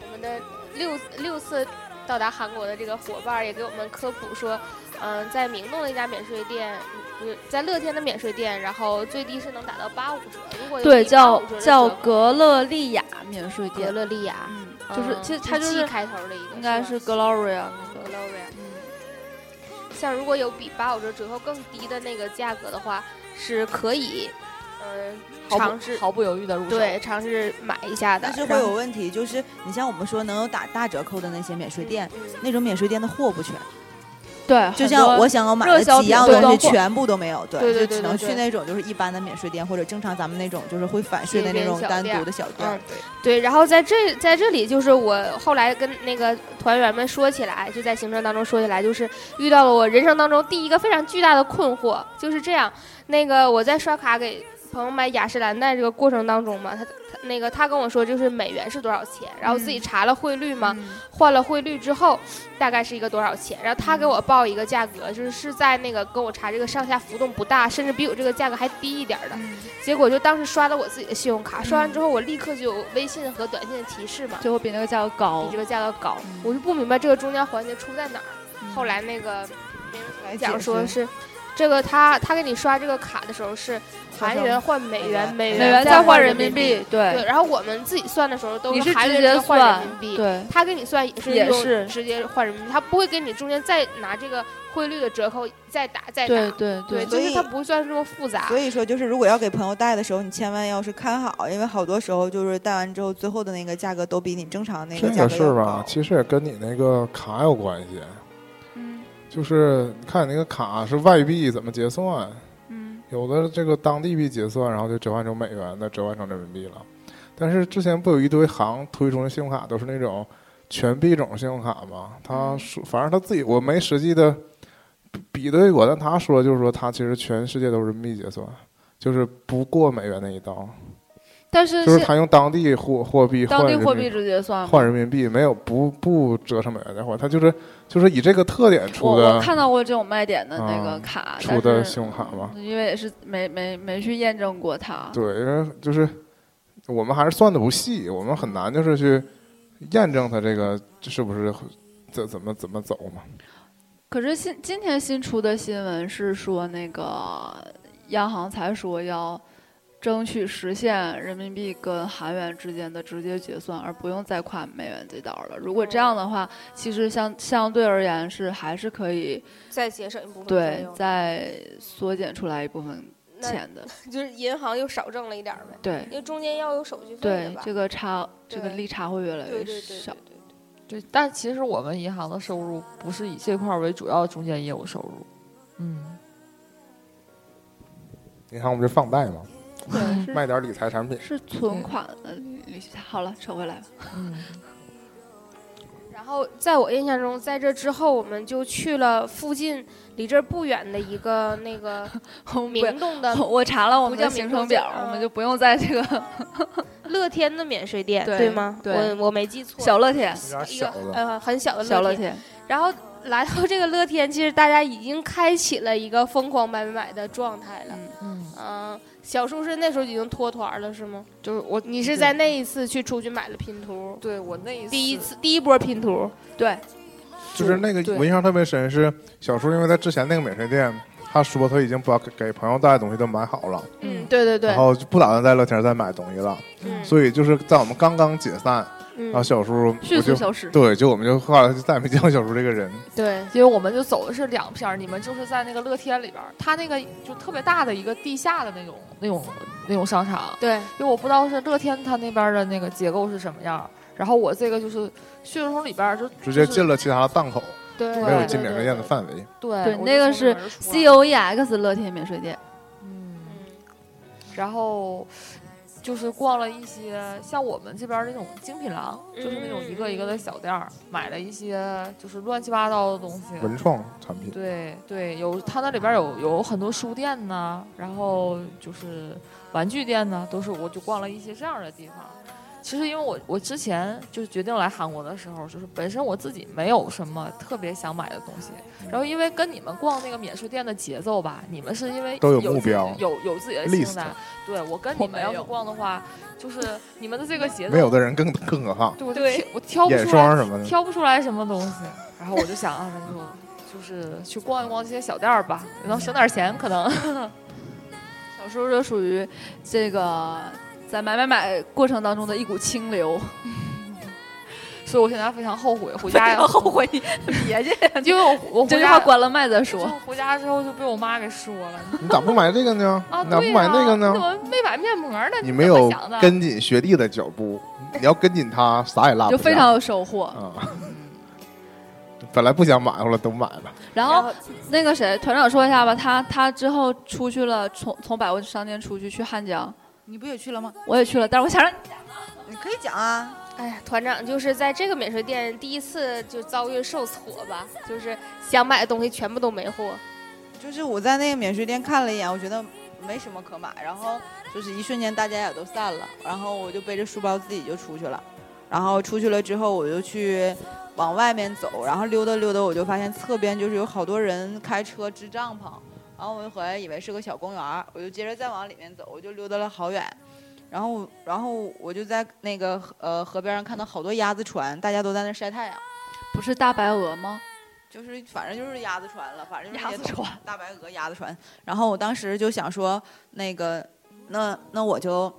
[SPEAKER 5] 我们的六六次到达韩国的这个伙伴儿也给我们科普说，嗯、在明洞的一家免税店，不是在乐天的免税店，然后最低是能打到八五折，如果有
[SPEAKER 4] 对，
[SPEAKER 5] 抵
[SPEAKER 4] 叫
[SPEAKER 5] 85折的
[SPEAKER 4] 叫
[SPEAKER 5] 折扣
[SPEAKER 4] 格勒利亚免税
[SPEAKER 5] 格
[SPEAKER 4] 店，
[SPEAKER 5] 勒利亚，
[SPEAKER 4] 嗯，就是
[SPEAKER 5] 嗯
[SPEAKER 4] 其实它就
[SPEAKER 5] G
[SPEAKER 4] 是
[SPEAKER 5] 开头的一个，
[SPEAKER 4] 应该
[SPEAKER 5] 是
[SPEAKER 4] 是
[SPEAKER 5] 吧
[SPEAKER 4] Gloria 那个，
[SPEAKER 5] Gloria。
[SPEAKER 4] 嗯，
[SPEAKER 5] 像如果有比八五折折扣更低的那个价格的话，是可以，嗯、呃
[SPEAKER 6] 毫不
[SPEAKER 5] 尝试
[SPEAKER 6] 毫不犹豫的入手。
[SPEAKER 5] 对，尝试买一下的
[SPEAKER 7] 但，是会
[SPEAKER 5] 然后
[SPEAKER 7] 有问题，就是你像我们说能有打大折扣的那些免税店，
[SPEAKER 5] 嗯
[SPEAKER 7] 那种免税店的货不全，
[SPEAKER 4] 对，
[SPEAKER 7] 就
[SPEAKER 4] 很
[SPEAKER 7] 像
[SPEAKER 4] 多嗯
[SPEAKER 7] 我想要买
[SPEAKER 4] 热
[SPEAKER 7] 的
[SPEAKER 4] 销
[SPEAKER 7] 几样
[SPEAKER 4] 品
[SPEAKER 7] 东西
[SPEAKER 4] 对
[SPEAKER 7] 全部都没有，
[SPEAKER 5] 对对
[SPEAKER 7] 就
[SPEAKER 5] 对
[SPEAKER 7] 只能
[SPEAKER 5] 对
[SPEAKER 7] 去
[SPEAKER 5] 对
[SPEAKER 7] 那种就是一般的免税店或者正常咱们那种就是会返税的那种
[SPEAKER 4] 街边小
[SPEAKER 7] 单
[SPEAKER 4] 店
[SPEAKER 7] 独的小店儿
[SPEAKER 5] 嗯。对，然后在这在这里，就是我后来跟那个团员们说起来，就在行程当中说起来，就是遇到了我人生当中第一个非常巨大的困惑，就是这样。那个我在刷卡给朋友买雅诗兰黛这个过程当中嘛，他他那个他跟我说就是美元是多少钱，然后自
[SPEAKER 6] 嗯
[SPEAKER 5] 己查了汇率嘛，
[SPEAKER 4] 嗯
[SPEAKER 5] 换了汇率之后大概是一个多少钱，然后他给
[SPEAKER 4] 嗯
[SPEAKER 5] 我报一个价格，就是是在那个跟我查这个上下浮动不大，甚至比我这个价格还低一点儿的。
[SPEAKER 4] 嗯
[SPEAKER 5] 结果就当时刷的我自己的信用卡，刷完之后我立刻就有微信和短信的提示嘛，
[SPEAKER 4] 最后比那个价格高
[SPEAKER 5] 比这。个价格高
[SPEAKER 4] 嗯，
[SPEAKER 5] 我就不明白这个中间环节出在哪儿。后来那
[SPEAKER 4] 嗯
[SPEAKER 5] 个别人
[SPEAKER 7] 来
[SPEAKER 5] 讲
[SPEAKER 7] 解
[SPEAKER 5] 说
[SPEAKER 7] 释
[SPEAKER 5] 是。这个他他给你刷这个卡的时候是
[SPEAKER 7] 换
[SPEAKER 5] 韩
[SPEAKER 7] 成
[SPEAKER 5] 元换美元，
[SPEAKER 7] 美
[SPEAKER 5] 美
[SPEAKER 7] 元
[SPEAKER 4] 美元再
[SPEAKER 5] 再
[SPEAKER 4] 换
[SPEAKER 5] 换
[SPEAKER 4] 人
[SPEAKER 5] 民
[SPEAKER 4] 民币，
[SPEAKER 5] 对，
[SPEAKER 4] 对
[SPEAKER 5] 然后我们自己算的时候都
[SPEAKER 4] 你是
[SPEAKER 5] 韩
[SPEAKER 4] 直
[SPEAKER 5] 元
[SPEAKER 4] 接
[SPEAKER 5] 换人
[SPEAKER 4] 算
[SPEAKER 5] 民币，
[SPEAKER 4] 对，
[SPEAKER 5] 他给你算也是
[SPEAKER 4] 也
[SPEAKER 5] 用
[SPEAKER 4] 是
[SPEAKER 5] 直接换人民币，他不会给你中间再拿这个汇率的折扣再打再打，
[SPEAKER 4] 对对
[SPEAKER 5] 对，
[SPEAKER 4] 对，
[SPEAKER 5] 就
[SPEAKER 7] 所
[SPEAKER 5] 是
[SPEAKER 7] 以
[SPEAKER 5] 他不会算这么复杂
[SPEAKER 7] 所。以说，就是如果要给朋友带的时候，你千万要是看好，因为好多时候就是带完之后，最后的那个价格都比你正常那
[SPEAKER 2] 这
[SPEAKER 7] 个价
[SPEAKER 2] 个
[SPEAKER 7] 格
[SPEAKER 2] 事儿
[SPEAKER 7] 要
[SPEAKER 2] 吧
[SPEAKER 7] 高，。
[SPEAKER 2] 其实也跟你那个卡有关系，
[SPEAKER 4] 嗯
[SPEAKER 2] 就是你看你那个卡是外币怎么结算，
[SPEAKER 4] 嗯
[SPEAKER 2] 有的这个当地币结算，然后就折换成美元，再折换成人民币了。但是之前不有一堆行推出的信用卡都是那种全币种信用卡吗？
[SPEAKER 4] 嗯
[SPEAKER 2] 他说，反正他自己我没实际的比对过，但他说就是说他其实全世界都是人民币结算，就是不过美元那一道，
[SPEAKER 4] 但是
[SPEAKER 2] 就是
[SPEAKER 4] 现
[SPEAKER 2] 他用当地货货币换
[SPEAKER 4] 当地
[SPEAKER 2] 人民
[SPEAKER 4] 货币直接算吗
[SPEAKER 2] 换人民币，没有不不折成美元再换，他就是就是以这个特点
[SPEAKER 4] 我
[SPEAKER 2] 出
[SPEAKER 4] 我
[SPEAKER 2] 的
[SPEAKER 4] 看到过这种卖点的那个
[SPEAKER 2] 嗯
[SPEAKER 4] 卡，
[SPEAKER 2] 出的
[SPEAKER 4] 但是
[SPEAKER 2] 信用卡嘛。
[SPEAKER 4] 因为也是没没没去验证过它。
[SPEAKER 2] 对，因为就是我们还是算的不细，我们很难就是去验证它这个这是不是怎怎么怎么走嘛。
[SPEAKER 4] 可是新今天新出的新闻是说，那个央行才说要争取实现人民币跟韩元之间的直接结算，而不用再跨美元这道了。如果这样的话，其实相相对而言是还是可以
[SPEAKER 5] 再节省一部分费
[SPEAKER 4] 对
[SPEAKER 5] 用
[SPEAKER 4] 再缩减出来一部分
[SPEAKER 5] 那
[SPEAKER 4] 钱的。
[SPEAKER 5] 就是银行又少挣了一点儿呗，
[SPEAKER 4] 对
[SPEAKER 5] 因为中间要有手续费的
[SPEAKER 4] 对
[SPEAKER 5] 吧，
[SPEAKER 4] 这个差这个
[SPEAKER 5] 对
[SPEAKER 4] 利差会越来
[SPEAKER 5] 对对对
[SPEAKER 4] 越
[SPEAKER 5] 对
[SPEAKER 4] 少
[SPEAKER 5] 对。对
[SPEAKER 6] 对，但其实我们银行的收入不是以这块儿为主要中间业务收入。嗯，
[SPEAKER 2] 银行不是放贷嘛，
[SPEAKER 4] 对，
[SPEAKER 2] 卖点理财产品。
[SPEAKER 4] 是是存款的利息差。好了，扯回来 吧。
[SPEAKER 6] 嗯，
[SPEAKER 5] 然后在我印象中，在这之后，我们就去了附近离这儿不远的一个那个明洞的
[SPEAKER 4] 我查了我
[SPEAKER 5] 不
[SPEAKER 4] 们
[SPEAKER 5] 叫
[SPEAKER 4] 的
[SPEAKER 5] 民
[SPEAKER 4] 行
[SPEAKER 5] 生
[SPEAKER 4] 程
[SPEAKER 5] 节
[SPEAKER 4] 表，我
[SPEAKER 5] 嗯
[SPEAKER 4] 们就不用在这个
[SPEAKER 5] 乐天的免税店，
[SPEAKER 4] 对
[SPEAKER 5] 吗？
[SPEAKER 4] 对
[SPEAKER 5] 我我没记错，
[SPEAKER 4] 小乐天，
[SPEAKER 2] 有点
[SPEAKER 5] 一个
[SPEAKER 2] 小的，
[SPEAKER 5] 呃很小的
[SPEAKER 4] 小乐
[SPEAKER 5] 乐。
[SPEAKER 4] 天，
[SPEAKER 5] 然后来到这个乐天，其实大家已经开启了一个疯狂买买买的状态了。
[SPEAKER 4] 嗯，
[SPEAKER 6] 嗯，
[SPEAKER 5] 嗯、小叔是那时候已经脱团了，是吗？
[SPEAKER 6] 就是我，
[SPEAKER 5] 你是在那一次去出去买了拼图，
[SPEAKER 6] 对我那一
[SPEAKER 4] 嗯
[SPEAKER 5] 第一次第一波拼图，
[SPEAKER 4] 对，
[SPEAKER 2] 就是那个
[SPEAKER 6] 对
[SPEAKER 2] 我印象特别深是小叔，因为在之前那个免税店，他说他已经把给朋友带的东西都买好了，
[SPEAKER 5] 嗯，
[SPEAKER 6] 嗯
[SPEAKER 5] 对对对
[SPEAKER 2] 然，后就不打算在乐天再买东西了，
[SPEAKER 5] 嗯，
[SPEAKER 2] 所以就是在我们刚刚解
[SPEAKER 5] 嗯
[SPEAKER 2] 散，然后小叔
[SPEAKER 4] 迅
[SPEAKER 2] 我
[SPEAKER 4] 速
[SPEAKER 2] 就
[SPEAKER 4] 消失。
[SPEAKER 2] 对，就我们就后来就再也没见过小叔这个人。
[SPEAKER 5] 对，
[SPEAKER 6] 因为我们就走的是两片儿，你们就是在那个乐天里边儿，它那个就特别大的一个地下的那种那种那种商场，
[SPEAKER 5] 对，
[SPEAKER 6] 因为我不知道是乐天它那边儿的那个结构是什么样儿，然后我这个就是血从里边儿就
[SPEAKER 2] 直接进
[SPEAKER 6] 了，
[SPEAKER 2] 了其他的档口，
[SPEAKER 5] 对，
[SPEAKER 2] 没有
[SPEAKER 6] 对
[SPEAKER 2] 进免税店的范围。
[SPEAKER 6] 对
[SPEAKER 4] 对
[SPEAKER 6] 我就
[SPEAKER 4] 那个
[SPEAKER 6] 从
[SPEAKER 4] 是
[SPEAKER 6] 里边儿就出来
[SPEAKER 4] C O E X 乐天免税店，
[SPEAKER 6] 嗯，
[SPEAKER 5] 嗯
[SPEAKER 6] 然后就是逛了一些像我们这边儿那种精品廊，就是那种一个一
[SPEAKER 4] 嗯
[SPEAKER 6] 个的小店儿，买了一些就是乱七八糟的东西，
[SPEAKER 2] 文创产品，
[SPEAKER 6] 对对，有它那里边儿有有很多书店呐，然后就是玩具店呐，都是我就逛了一些这样的地方。其实因为我我之前就是决定来韩国的时候，就是本身我自己没有什么特别想买的东西，
[SPEAKER 2] 嗯
[SPEAKER 6] 然后因为跟你们逛那个免税店的节奏吧，你们是因为
[SPEAKER 2] 都有目
[SPEAKER 6] 自己
[SPEAKER 2] 标
[SPEAKER 6] 有有自己的
[SPEAKER 2] list
[SPEAKER 6] 清单。对我跟你
[SPEAKER 4] 我
[SPEAKER 6] 们
[SPEAKER 4] 没
[SPEAKER 6] 要是
[SPEAKER 4] 有
[SPEAKER 6] 逛的话，就是你们的这个节奏
[SPEAKER 2] 没有的人更更可怕，
[SPEAKER 6] 对，我就
[SPEAKER 5] 对
[SPEAKER 6] 挑我挑不
[SPEAKER 2] 眼
[SPEAKER 6] 出来
[SPEAKER 2] 霜什 么的。
[SPEAKER 6] 挑不出来什么东西，然后我就想啊，那就就是去逛一逛这些小店儿吧，能省点钱可 能。
[SPEAKER 4] 小时候就属于这个在买买买过程当中的一股清 流，
[SPEAKER 6] 所以我现 在非常后悔，回家要
[SPEAKER 4] 后，悔别介，
[SPEAKER 6] 因为我我
[SPEAKER 4] 这
[SPEAKER 6] 回
[SPEAKER 4] 句
[SPEAKER 6] 家
[SPEAKER 4] 话关了麦再
[SPEAKER 6] 就
[SPEAKER 4] 说。
[SPEAKER 6] 回家之后就被我妈给说了，
[SPEAKER 2] 你咋不买这个呢？
[SPEAKER 6] 啊，
[SPEAKER 2] 你咋不
[SPEAKER 6] 对
[SPEAKER 2] 买
[SPEAKER 6] 呀
[SPEAKER 2] 那个
[SPEAKER 6] 你怎
[SPEAKER 2] 呢？
[SPEAKER 6] 么没
[SPEAKER 4] 买面膜呢？
[SPEAKER 2] 你
[SPEAKER 4] 怎
[SPEAKER 2] 没
[SPEAKER 4] 么
[SPEAKER 2] 有
[SPEAKER 4] 想的
[SPEAKER 2] 跟紧学弟的脚步，你要跟紧他，啥也落不
[SPEAKER 4] 就
[SPEAKER 2] 下
[SPEAKER 4] 非常有收获。
[SPEAKER 2] 啊。 本来不想买，后来都买了。
[SPEAKER 5] 然
[SPEAKER 4] 然后
[SPEAKER 5] 后
[SPEAKER 4] 那个谁，团长说一下吧，他他之后出去了，从从百货商店出去去汉江，
[SPEAKER 7] 你不也去了吗？
[SPEAKER 4] 我也去了，但是我想让
[SPEAKER 7] 你可以讲啊，
[SPEAKER 5] 哎呀，团长就是在这个免税店第一次就遭遇受挫吧，就是想买的东西全部都没货。
[SPEAKER 7] 就是我在那个免税店看了一眼，我觉得没什么可买，然后就是一瞬间大家也都散了，然后我就背着书包自己就出去了，然后出去了之后我就去。往外面走，然后溜达溜达，我就发现侧边就是有好多人开车支帐篷，然后我就回来以为是个小公园儿，我就接着再往里面走，我就溜达了好远，然后我然后我就在那个河呃河边上看到好多鸭子船，大家都在那儿晒太阳。
[SPEAKER 4] 不是大白鹅吗？
[SPEAKER 7] 就是反正就是鸭子船了，反正就是
[SPEAKER 4] 鸭
[SPEAKER 7] 那
[SPEAKER 4] 子
[SPEAKER 7] 种
[SPEAKER 4] 船
[SPEAKER 7] 大白鹅鸭子船。然后我当时就想说，那个那那我就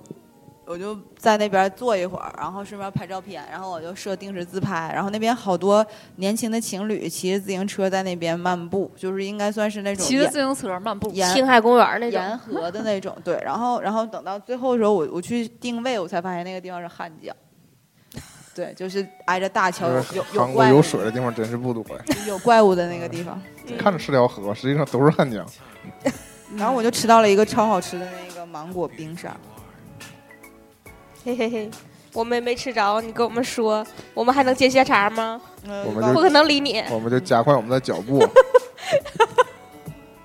[SPEAKER 7] 我就在那边坐一会儿，然后顺便拍照片，然后我就设定时自拍。然后那边好多年轻的情侣骑着自行车在那边漫步，就是应该算是那种
[SPEAKER 4] 骑着
[SPEAKER 7] 沿
[SPEAKER 4] 自行车漫步，
[SPEAKER 7] 沿
[SPEAKER 5] 青海公园那
[SPEAKER 7] 沿
[SPEAKER 5] 种，
[SPEAKER 7] 河的那种。对，然后然后等到最后的时候，我我去定位，我才发现那个地方是汉江。对，就是挨着大桥有有有
[SPEAKER 2] 韩国
[SPEAKER 7] 怪物
[SPEAKER 2] 有水的地方真是不多呀，
[SPEAKER 7] 有怪物的那个地方。
[SPEAKER 2] 看
[SPEAKER 5] 嗯
[SPEAKER 2] 着是条河，实际上都是汉江。
[SPEAKER 7] 然后我就吃到了一个超好吃的那个芒果冰沙，
[SPEAKER 5] 嘿嘿嘿，我们没吃着，你跟我们说，我们还能接下茬吗？
[SPEAKER 2] 我
[SPEAKER 7] 嗯我
[SPEAKER 2] 们
[SPEAKER 5] 不
[SPEAKER 2] 就
[SPEAKER 5] 可能理你。
[SPEAKER 2] 我们就加快我们的脚步。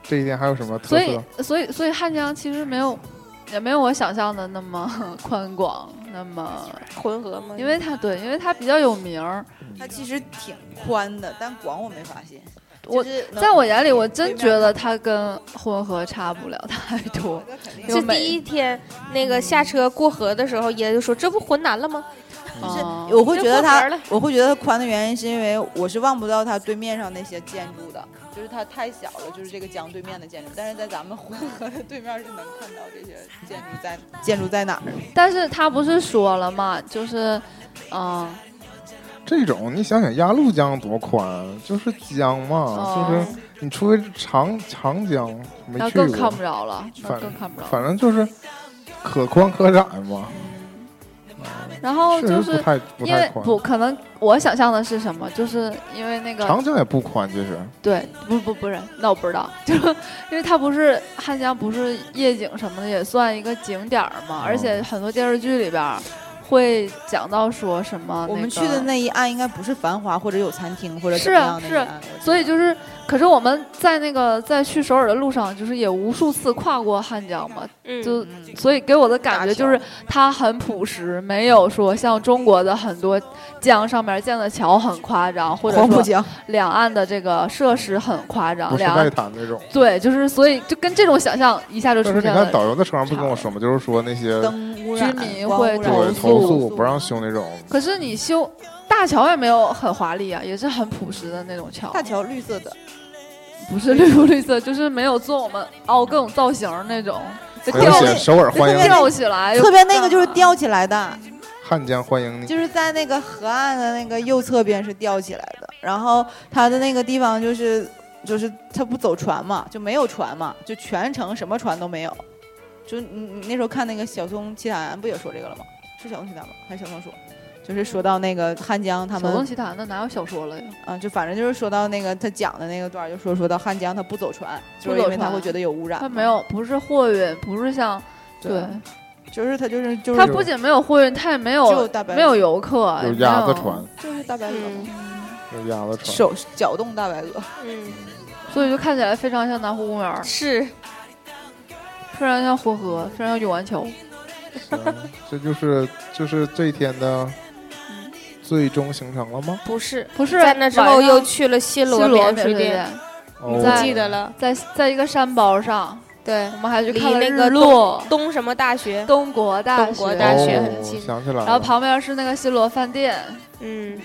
[SPEAKER 2] 这一天还有什么特
[SPEAKER 4] 所以
[SPEAKER 2] 色？
[SPEAKER 4] 所以所以汉江其实没有也没有我想象的那么 宽广，那么
[SPEAKER 5] 浑河吗？
[SPEAKER 4] 因为它对，因为它比较有名儿。
[SPEAKER 2] 嗯
[SPEAKER 7] 它其实挺宽的，但广我没发现。
[SPEAKER 4] 我
[SPEAKER 7] 就是能
[SPEAKER 4] 在我眼里，我真觉得它跟浑河差不了太多。
[SPEAKER 7] 那肯定
[SPEAKER 4] 有
[SPEAKER 5] 是
[SPEAKER 4] 美
[SPEAKER 5] 第一天那个下车过河的时候，爷爷就说：“这不浑南了吗
[SPEAKER 7] 是
[SPEAKER 5] 嗯
[SPEAKER 4] 啊
[SPEAKER 7] 我会觉
[SPEAKER 5] 就过门
[SPEAKER 7] 得它
[SPEAKER 5] 了，
[SPEAKER 7] 我会觉得它宽的原因是因为我是望不到它对面上那些建筑的，就是它太小了，就是这个江对面的建筑。但是在咱们浑河的对面是能看到这些建筑在建筑在哪儿。
[SPEAKER 4] 但是他不是说了嘛，就是，嗯、
[SPEAKER 2] 这种你想想，鸭绿江多宽，就是江嘛，就
[SPEAKER 4] 哦
[SPEAKER 5] 嗯
[SPEAKER 2] 是你除非是长长江，没
[SPEAKER 4] 那
[SPEAKER 2] 去
[SPEAKER 4] 更看
[SPEAKER 2] 过
[SPEAKER 4] 不，着了，那
[SPEAKER 2] 反
[SPEAKER 4] 更看不着了。
[SPEAKER 2] 反正就是可宽可窄嘛，
[SPEAKER 4] 嗯
[SPEAKER 2] 呃
[SPEAKER 4] 然后
[SPEAKER 2] 确实
[SPEAKER 4] 哦就
[SPEAKER 2] 不
[SPEAKER 4] 是
[SPEAKER 2] 太不
[SPEAKER 4] 因
[SPEAKER 2] 太
[SPEAKER 4] 为
[SPEAKER 2] 宽。
[SPEAKER 4] 不可能，我想象的是什么？就是因为那个
[SPEAKER 2] 长江也不宽，其实
[SPEAKER 4] 对，不不不是，那我不知道， 就是因为它不是汉江，不是夜景什么的也算一个景点儿嘛，而
[SPEAKER 2] 嗯
[SPEAKER 4] 且很多电视剧里边儿会讲到说什么、
[SPEAKER 7] 我们去
[SPEAKER 4] 哦个
[SPEAKER 7] 的那一岸应该不是繁华或者有餐厅或者
[SPEAKER 4] 是啊
[SPEAKER 7] 怎么样的
[SPEAKER 4] 是
[SPEAKER 7] 一岸，我觉得
[SPEAKER 4] 所以就是，可是我们在那个在去首尔的路上，就是也无数次跨过汉江嘛，？”
[SPEAKER 5] 嗯，
[SPEAKER 4] 就所以给我的感觉就是它很朴实，没有说像中国的很多江上面建的桥很夸张，或者
[SPEAKER 7] 黄浦
[SPEAKER 4] 说
[SPEAKER 7] 江
[SPEAKER 4] 两岸的这个设施很夸张，
[SPEAKER 2] 不是
[SPEAKER 4] 两
[SPEAKER 2] 外
[SPEAKER 4] 岸
[SPEAKER 2] 滩那种。
[SPEAKER 4] 对，就是所以就跟这种想象一下就出
[SPEAKER 2] 但是你
[SPEAKER 4] 现
[SPEAKER 2] 看
[SPEAKER 4] 了。
[SPEAKER 2] 导游在车上不跟我说吗？就是说那些
[SPEAKER 7] 灯啊污
[SPEAKER 4] 居
[SPEAKER 7] 染，
[SPEAKER 4] 民
[SPEAKER 7] 光
[SPEAKER 4] 会
[SPEAKER 7] 污染
[SPEAKER 2] 对
[SPEAKER 4] 投
[SPEAKER 2] 投
[SPEAKER 4] 诉
[SPEAKER 2] 诉不让修那种，
[SPEAKER 4] 可是你修大桥也没有很华丽啊，也是很朴实的那种桥，
[SPEAKER 7] 大桥绿色的，
[SPEAKER 4] 不是绿不绿色，就是没有做我们凹各种造型儿那种，就
[SPEAKER 2] 没有
[SPEAKER 4] 吊
[SPEAKER 2] 写首尔欢迎你，
[SPEAKER 4] 吊起来，
[SPEAKER 7] 侧边那个就是
[SPEAKER 4] 干嘛
[SPEAKER 7] 吊起来的，
[SPEAKER 2] 汉江欢迎你。
[SPEAKER 7] 就是在那个河岸的那个右侧边是吊起来的，然后它的那个地方就是就是它不走船嘛，就没有船嘛，就全程什么船都没有。就你你那时候看那个小松奇谈不也说这个了吗？是小松奇谈吗？还是小松鼠？就是说到那个汉江他
[SPEAKER 4] 小
[SPEAKER 7] 们
[SPEAKER 4] 东奇谈的哪有小说了呀？
[SPEAKER 7] 啊，就反正就是说到那个他讲的那个段儿，就说说到汉江他不走船，就是因为他会觉得有污染嘛。
[SPEAKER 4] 它没有，不是货运，不是像对，
[SPEAKER 7] 就是他就是就是
[SPEAKER 4] 它不仅没有货运，它也没
[SPEAKER 7] 哦只有嗯
[SPEAKER 4] 有
[SPEAKER 7] 大白
[SPEAKER 4] 没有游客，
[SPEAKER 2] 有
[SPEAKER 4] 也没
[SPEAKER 2] 鸭子
[SPEAKER 4] 有
[SPEAKER 2] 船，
[SPEAKER 7] 就是大白鹅嘛，
[SPEAKER 2] 有鸭子船。
[SPEAKER 7] 手搅动大白鹅。
[SPEAKER 5] 嗯，
[SPEAKER 4] 所以就看起来非常像南湖公园儿，
[SPEAKER 5] 是
[SPEAKER 4] 非常像黄河，非常像九环桥。
[SPEAKER 2] 行这就是就是这一天的最终行程了吗？
[SPEAKER 5] 不是？
[SPEAKER 4] 不是
[SPEAKER 5] 在那之后
[SPEAKER 4] 晚上
[SPEAKER 5] 又去了新罗
[SPEAKER 4] 新罗
[SPEAKER 5] 免
[SPEAKER 4] 免
[SPEAKER 5] 税
[SPEAKER 4] 税
[SPEAKER 5] 店，
[SPEAKER 4] 店，
[SPEAKER 2] 哦
[SPEAKER 4] 在
[SPEAKER 5] 记得了。
[SPEAKER 4] 在在一个山包上，
[SPEAKER 5] 对
[SPEAKER 4] 我，们还去
[SPEAKER 5] 离
[SPEAKER 4] 看了
[SPEAKER 5] 那
[SPEAKER 4] 日
[SPEAKER 5] 个
[SPEAKER 4] 落，
[SPEAKER 5] 东什么大学？
[SPEAKER 4] 东国大
[SPEAKER 5] 东
[SPEAKER 4] 学，
[SPEAKER 5] 国大学
[SPEAKER 2] 哦想起来了。
[SPEAKER 4] 然后旁边是那个新罗饭店。
[SPEAKER 5] 嗯，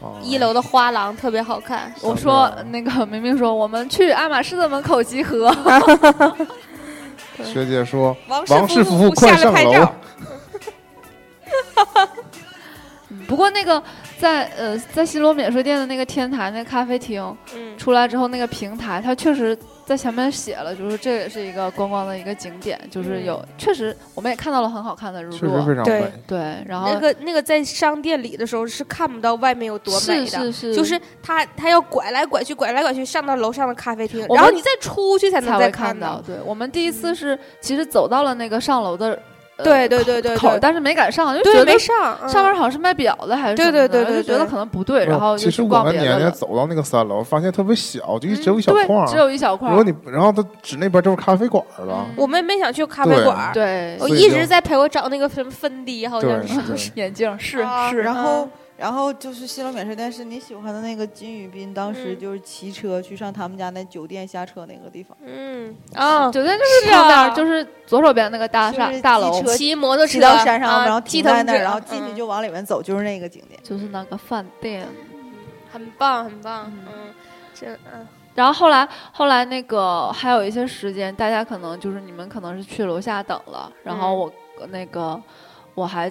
[SPEAKER 2] 哦
[SPEAKER 5] 一楼的花廊特别好看。
[SPEAKER 2] 想
[SPEAKER 4] 我
[SPEAKER 2] 起来
[SPEAKER 4] 说嗯
[SPEAKER 2] 了
[SPEAKER 4] 那个明明说我们去爱马仕的门口 集合，
[SPEAKER 2] 学姐说
[SPEAKER 5] 王
[SPEAKER 2] 王氏夫
[SPEAKER 5] 妇
[SPEAKER 2] 快
[SPEAKER 5] 下来
[SPEAKER 2] 上
[SPEAKER 5] 拍
[SPEAKER 2] 楼
[SPEAKER 5] 照，，
[SPEAKER 4] 不过那个在呃在新罗免税店的那个天台那咖啡厅
[SPEAKER 5] 嗯，
[SPEAKER 4] 出来之后，那个平台它确实在前面写了，就是这也是一个观光的一个景点，就是
[SPEAKER 5] 嗯
[SPEAKER 4] 有确实我们也看到了很好看的日
[SPEAKER 2] 确实
[SPEAKER 4] 落
[SPEAKER 2] 非，常
[SPEAKER 5] 对
[SPEAKER 2] 美。
[SPEAKER 4] 对，然后
[SPEAKER 5] 那个那个在商店里的时候是看不到外面有多美
[SPEAKER 4] 是
[SPEAKER 5] 的，
[SPEAKER 4] 是是，
[SPEAKER 5] 就是他他要拐来拐去，拐来拐去上到楼上的咖啡厅，
[SPEAKER 4] 我
[SPEAKER 5] 然后
[SPEAKER 4] 们
[SPEAKER 5] 你再出去才能
[SPEAKER 4] 才
[SPEAKER 5] 再
[SPEAKER 4] 会
[SPEAKER 5] 看嗯
[SPEAKER 4] 看到。。对我们第一次是其实走到了那个上楼的呃
[SPEAKER 5] 对对对对
[SPEAKER 4] 口儿，
[SPEAKER 5] 对，
[SPEAKER 4] 但是没敢上，就
[SPEAKER 5] 对
[SPEAKER 4] 觉得
[SPEAKER 5] 没上嗯
[SPEAKER 4] 上面好像是卖表的还是
[SPEAKER 5] 对
[SPEAKER 4] 什么
[SPEAKER 5] 对
[SPEAKER 4] 的
[SPEAKER 5] 对对
[SPEAKER 4] 就觉得
[SPEAKER 5] 对
[SPEAKER 4] 可能不对，然后就
[SPEAKER 2] 其实
[SPEAKER 4] 去
[SPEAKER 2] 我
[SPEAKER 4] 逛
[SPEAKER 2] 们
[SPEAKER 4] 别的
[SPEAKER 2] 年
[SPEAKER 4] 了嗯
[SPEAKER 2] 年。走到那个三楼，发现特别小，就只有一小
[SPEAKER 4] 对
[SPEAKER 2] 框儿，。
[SPEAKER 4] 只有一小块
[SPEAKER 2] 如
[SPEAKER 4] 儿。
[SPEAKER 2] 果你然后它指那边就是咖啡馆儿了，
[SPEAKER 4] 嗯
[SPEAKER 5] 我们没想去咖啡
[SPEAKER 2] 对
[SPEAKER 5] 馆儿，
[SPEAKER 4] 对
[SPEAKER 5] 我
[SPEAKER 2] 所以
[SPEAKER 5] 一
[SPEAKER 2] 就
[SPEAKER 5] 直在陪我找那个什么芬迪，好
[SPEAKER 2] 对
[SPEAKER 5] 像是。
[SPEAKER 2] 对。
[SPEAKER 4] 眼镜是
[SPEAKER 5] 啊
[SPEAKER 4] 是，
[SPEAKER 7] 然
[SPEAKER 5] 嗯
[SPEAKER 7] 后，然后就是西楼免税店是你喜欢的那个金宇彬，当时
[SPEAKER 5] 嗯
[SPEAKER 7] 就是骑车去上他们家那酒店下车那个地方，
[SPEAKER 5] 嗯啊，
[SPEAKER 4] 酒店就是
[SPEAKER 5] 是
[SPEAKER 4] 旁边
[SPEAKER 5] 啊
[SPEAKER 4] 儿，就是左手边那个大厦
[SPEAKER 7] 就是
[SPEAKER 4] 大
[SPEAKER 7] 机
[SPEAKER 4] 楼，
[SPEAKER 7] 车
[SPEAKER 5] 骑摩托车
[SPEAKER 7] 骑到山上，
[SPEAKER 5] 啊
[SPEAKER 7] 然后
[SPEAKER 5] 鸡
[SPEAKER 7] 停
[SPEAKER 5] 藤
[SPEAKER 7] 在那儿，
[SPEAKER 5] 者
[SPEAKER 7] 然后进去
[SPEAKER 5] 嗯
[SPEAKER 7] 就往里面走，就是那个景点。
[SPEAKER 4] 就是那个饭店。
[SPEAKER 5] 很棒很棒，
[SPEAKER 4] 嗯
[SPEAKER 5] 嗯，这嗯
[SPEAKER 4] 然后后来后来那个还有一些时间，大家可能就是你们可能是去楼下等了，然后
[SPEAKER 5] 嗯
[SPEAKER 4] 我、那个我还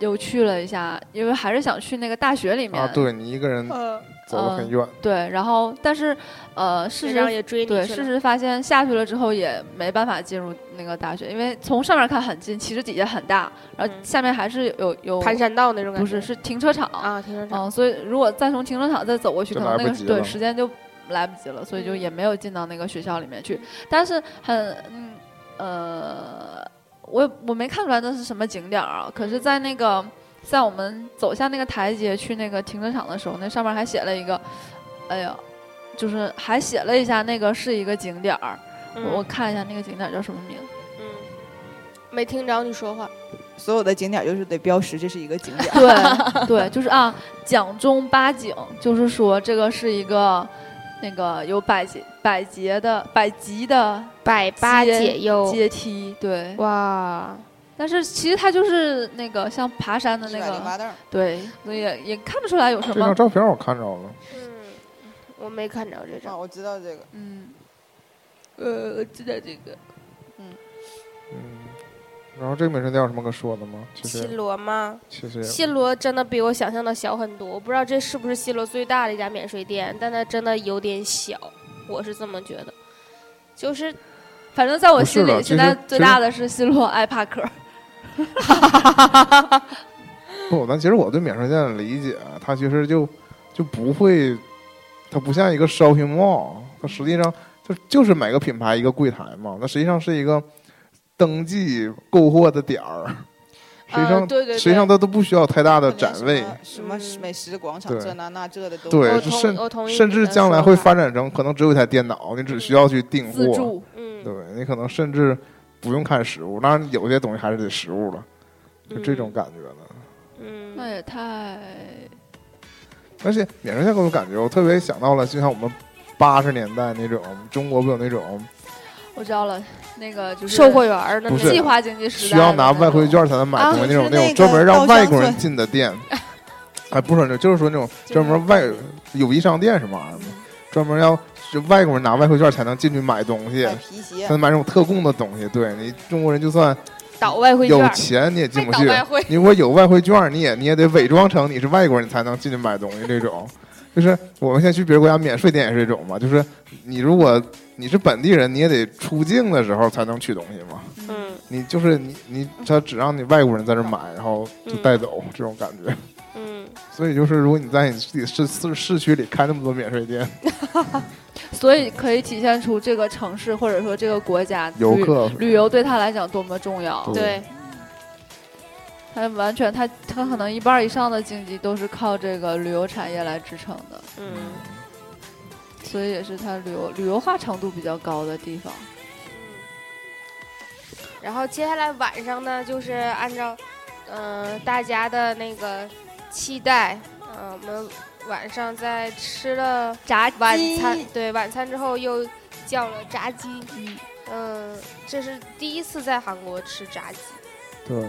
[SPEAKER 4] 又去了一下，因为还是想去那个大学里 面。
[SPEAKER 2] 啊，对你一个
[SPEAKER 4] 嗯
[SPEAKER 2] 人
[SPEAKER 7] 嗯
[SPEAKER 5] 呃，
[SPEAKER 2] 走得很远，
[SPEAKER 4] 对然后但是呃，事
[SPEAKER 5] 学长
[SPEAKER 4] 实
[SPEAKER 5] 也追
[SPEAKER 4] 对
[SPEAKER 5] 你去
[SPEAKER 4] 事
[SPEAKER 5] 了，
[SPEAKER 4] 实发现下去了之后也没办法进入那个大学，因为从上面看很近，其实底下很大，然后
[SPEAKER 5] 嗯
[SPEAKER 4] 下面还是有有
[SPEAKER 5] 盘山道那种感觉，
[SPEAKER 4] 不是是停车场。
[SPEAKER 5] 啊，停车场，
[SPEAKER 4] 嗯，所以如果再从停车场再走过去，
[SPEAKER 2] 就
[SPEAKER 4] 可能
[SPEAKER 2] 来
[SPEAKER 4] 那
[SPEAKER 2] 不
[SPEAKER 4] 个
[SPEAKER 2] 及
[SPEAKER 4] 对
[SPEAKER 2] 了
[SPEAKER 4] 时间就来不及了，所以就
[SPEAKER 5] 嗯
[SPEAKER 4] 也没有进到那个学校里面去。但是很嗯呃，我也我没看出来那是什么景点儿啊，可是，
[SPEAKER 5] 嗯
[SPEAKER 4] 在那个在我们走下那个台阶去那个停车场的时候，那上面还写了一个，哎呀，就是还写了一下那个是一个景点儿。
[SPEAKER 5] 嗯
[SPEAKER 4] 我我看一下那个景点儿叫什么名，。
[SPEAKER 5] 嗯没听着你说话，
[SPEAKER 7] 所有的景点就是得标识这是一个景点
[SPEAKER 4] 对对，就是啊，蒋中八景，就是说这个是一个那个有百节百节的百级的
[SPEAKER 5] 百
[SPEAKER 4] 八解
[SPEAKER 5] 忧，
[SPEAKER 4] 阶梯，对。
[SPEAKER 5] 哦哇，
[SPEAKER 4] 但是其实它就是那个像爬山的
[SPEAKER 7] 一
[SPEAKER 4] 那
[SPEAKER 7] 百啊零八
[SPEAKER 4] 个，
[SPEAKER 7] 凳儿，
[SPEAKER 4] 对，所以也也看不出来有什
[SPEAKER 2] 这张
[SPEAKER 4] 么，
[SPEAKER 2] 照片我看着了，
[SPEAKER 5] 嗯，我没看着这
[SPEAKER 2] 哦
[SPEAKER 7] 啊，
[SPEAKER 5] 张，
[SPEAKER 7] 我知道这个。
[SPEAKER 4] 嗯，
[SPEAKER 5] 呃，我知道这个
[SPEAKER 2] 嗯。然后这个美食店有什么可说的吗？其
[SPEAKER 5] 新
[SPEAKER 2] 实
[SPEAKER 5] 罗吗？
[SPEAKER 2] 其实也
[SPEAKER 5] 新罗真的比我想象的小很多，我不知道这是不是新罗最大的一家免税店，但它真的有点小，我是这么觉得。就是
[SPEAKER 4] 反正在我
[SPEAKER 2] 不是
[SPEAKER 4] 心
[SPEAKER 2] 的
[SPEAKER 4] 里，
[SPEAKER 2] 其
[SPEAKER 4] 现在
[SPEAKER 2] 实
[SPEAKER 4] 最
[SPEAKER 2] 其实
[SPEAKER 4] 大的是新罗爱帕克，
[SPEAKER 2] 不，但其实我对免税店的理解，啊它其实就就不会，它不像一个 shopping mall，它实际上就就是每个品牌一个柜台嘛，那实际上是一个登记购货的点儿，实际上、
[SPEAKER 5] 呃、对对对，
[SPEAKER 2] 实际上它都不需要太大的展位，
[SPEAKER 7] 什么
[SPEAKER 5] 嗯
[SPEAKER 7] 美食广场
[SPEAKER 2] 对
[SPEAKER 7] 这那那这的都
[SPEAKER 2] 对
[SPEAKER 5] 我
[SPEAKER 2] 是
[SPEAKER 5] 同
[SPEAKER 2] 甚
[SPEAKER 5] 我同意
[SPEAKER 2] 甚
[SPEAKER 5] 你的
[SPEAKER 2] 至将来
[SPEAKER 5] 说
[SPEAKER 2] 会
[SPEAKER 5] 法
[SPEAKER 2] 发展成可能只有一台电脑，你只需要去订
[SPEAKER 4] 自
[SPEAKER 2] 货，
[SPEAKER 4] 助，
[SPEAKER 5] 嗯，
[SPEAKER 2] 对你可能甚至不用看实物，当然有些东西还是得实物了，就这种感觉的。
[SPEAKER 5] 嗯，
[SPEAKER 4] 那
[SPEAKER 5] 嗯，
[SPEAKER 4] 也哎太
[SPEAKER 2] 而且免税店给我感觉，我特别想到了，就像我们八十年代那种，中国不有那种
[SPEAKER 4] 我知道了，那个就是
[SPEAKER 5] 售货员儿的
[SPEAKER 2] 不
[SPEAKER 5] 那
[SPEAKER 2] 是
[SPEAKER 4] 计
[SPEAKER 5] 种
[SPEAKER 4] 划经济时代
[SPEAKER 2] 需要
[SPEAKER 4] 的
[SPEAKER 2] 拿
[SPEAKER 4] 那
[SPEAKER 2] 外汇
[SPEAKER 4] 种
[SPEAKER 2] 券才能买
[SPEAKER 7] 啊
[SPEAKER 2] 东西那
[SPEAKER 7] 就
[SPEAKER 2] 种
[SPEAKER 7] 是
[SPEAKER 2] 那
[SPEAKER 7] 那
[SPEAKER 2] 种
[SPEAKER 7] 个
[SPEAKER 2] 专门让
[SPEAKER 7] 稻香
[SPEAKER 2] 外国人
[SPEAKER 7] 村
[SPEAKER 2] 进的店， 哎，不是，就是说那种嗯专门外友谊商店什么玩意儿嘛，专门要就外国人拿外汇券才能进去买东西
[SPEAKER 7] 买，皮鞋
[SPEAKER 2] 才，能买那种特供的东西。对你中国人就算
[SPEAKER 5] 倒外汇券
[SPEAKER 2] 有
[SPEAKER 5] 儿，
[SPEAKER 2] 钱你也进不
[SPEAKER 5] 还
[SPEAKER 2] 去
[SPEAKER 5] 倒，外汇，
[SPEAKER 2] 你如果有外汇券，你也你也得伪装成你是外国人，你才能进去买东西这种。就是我们现在去别的国家免税店也是这种嘛，就是你如果你是本地人，你也得出境的时候才能取东西嘛。
[SPEAKER 5] 嗯
[SPEAKER 2] 你就是你你他只让你外国人在这儿买，然后就带走这种感觉。
[SPEAKER 5] 嗯，
[SPEAKER 2] 所以就是如果你在你自己市市市区里开那么多免税店，
[SPEAKER 4] 所以可以体现出这个城市或者说这个国家
[SPEAKER 2] 游
[SPEAKER 4] 旅
[SPEAKER 2] 客
[SPEAKER 4] 旅游对他来讲多么重要。
[SPEAKER 5] 嗯对，
[SPEAKER 4] 他完全他他可能一半以上的经济都是靠这个旅游产业来支撑的，
[SPEAKER 5] 嗯，
[SPEAKER 4] 所以也是他旅游旅游化程度比较高的地方。
[SPEAKER 5] 嗯然后接下来晚上呢，就是按照嗯、呃大家的那个期待，嗯、我们晚上在吃了
[SPEAKER 4] 炸
[SPEAKER 5] 晚餐，对晚餐之后又叫了炸鸡，嗯、这是第一次在韩国吃炸鸡，
[SPEAKER 2] 对，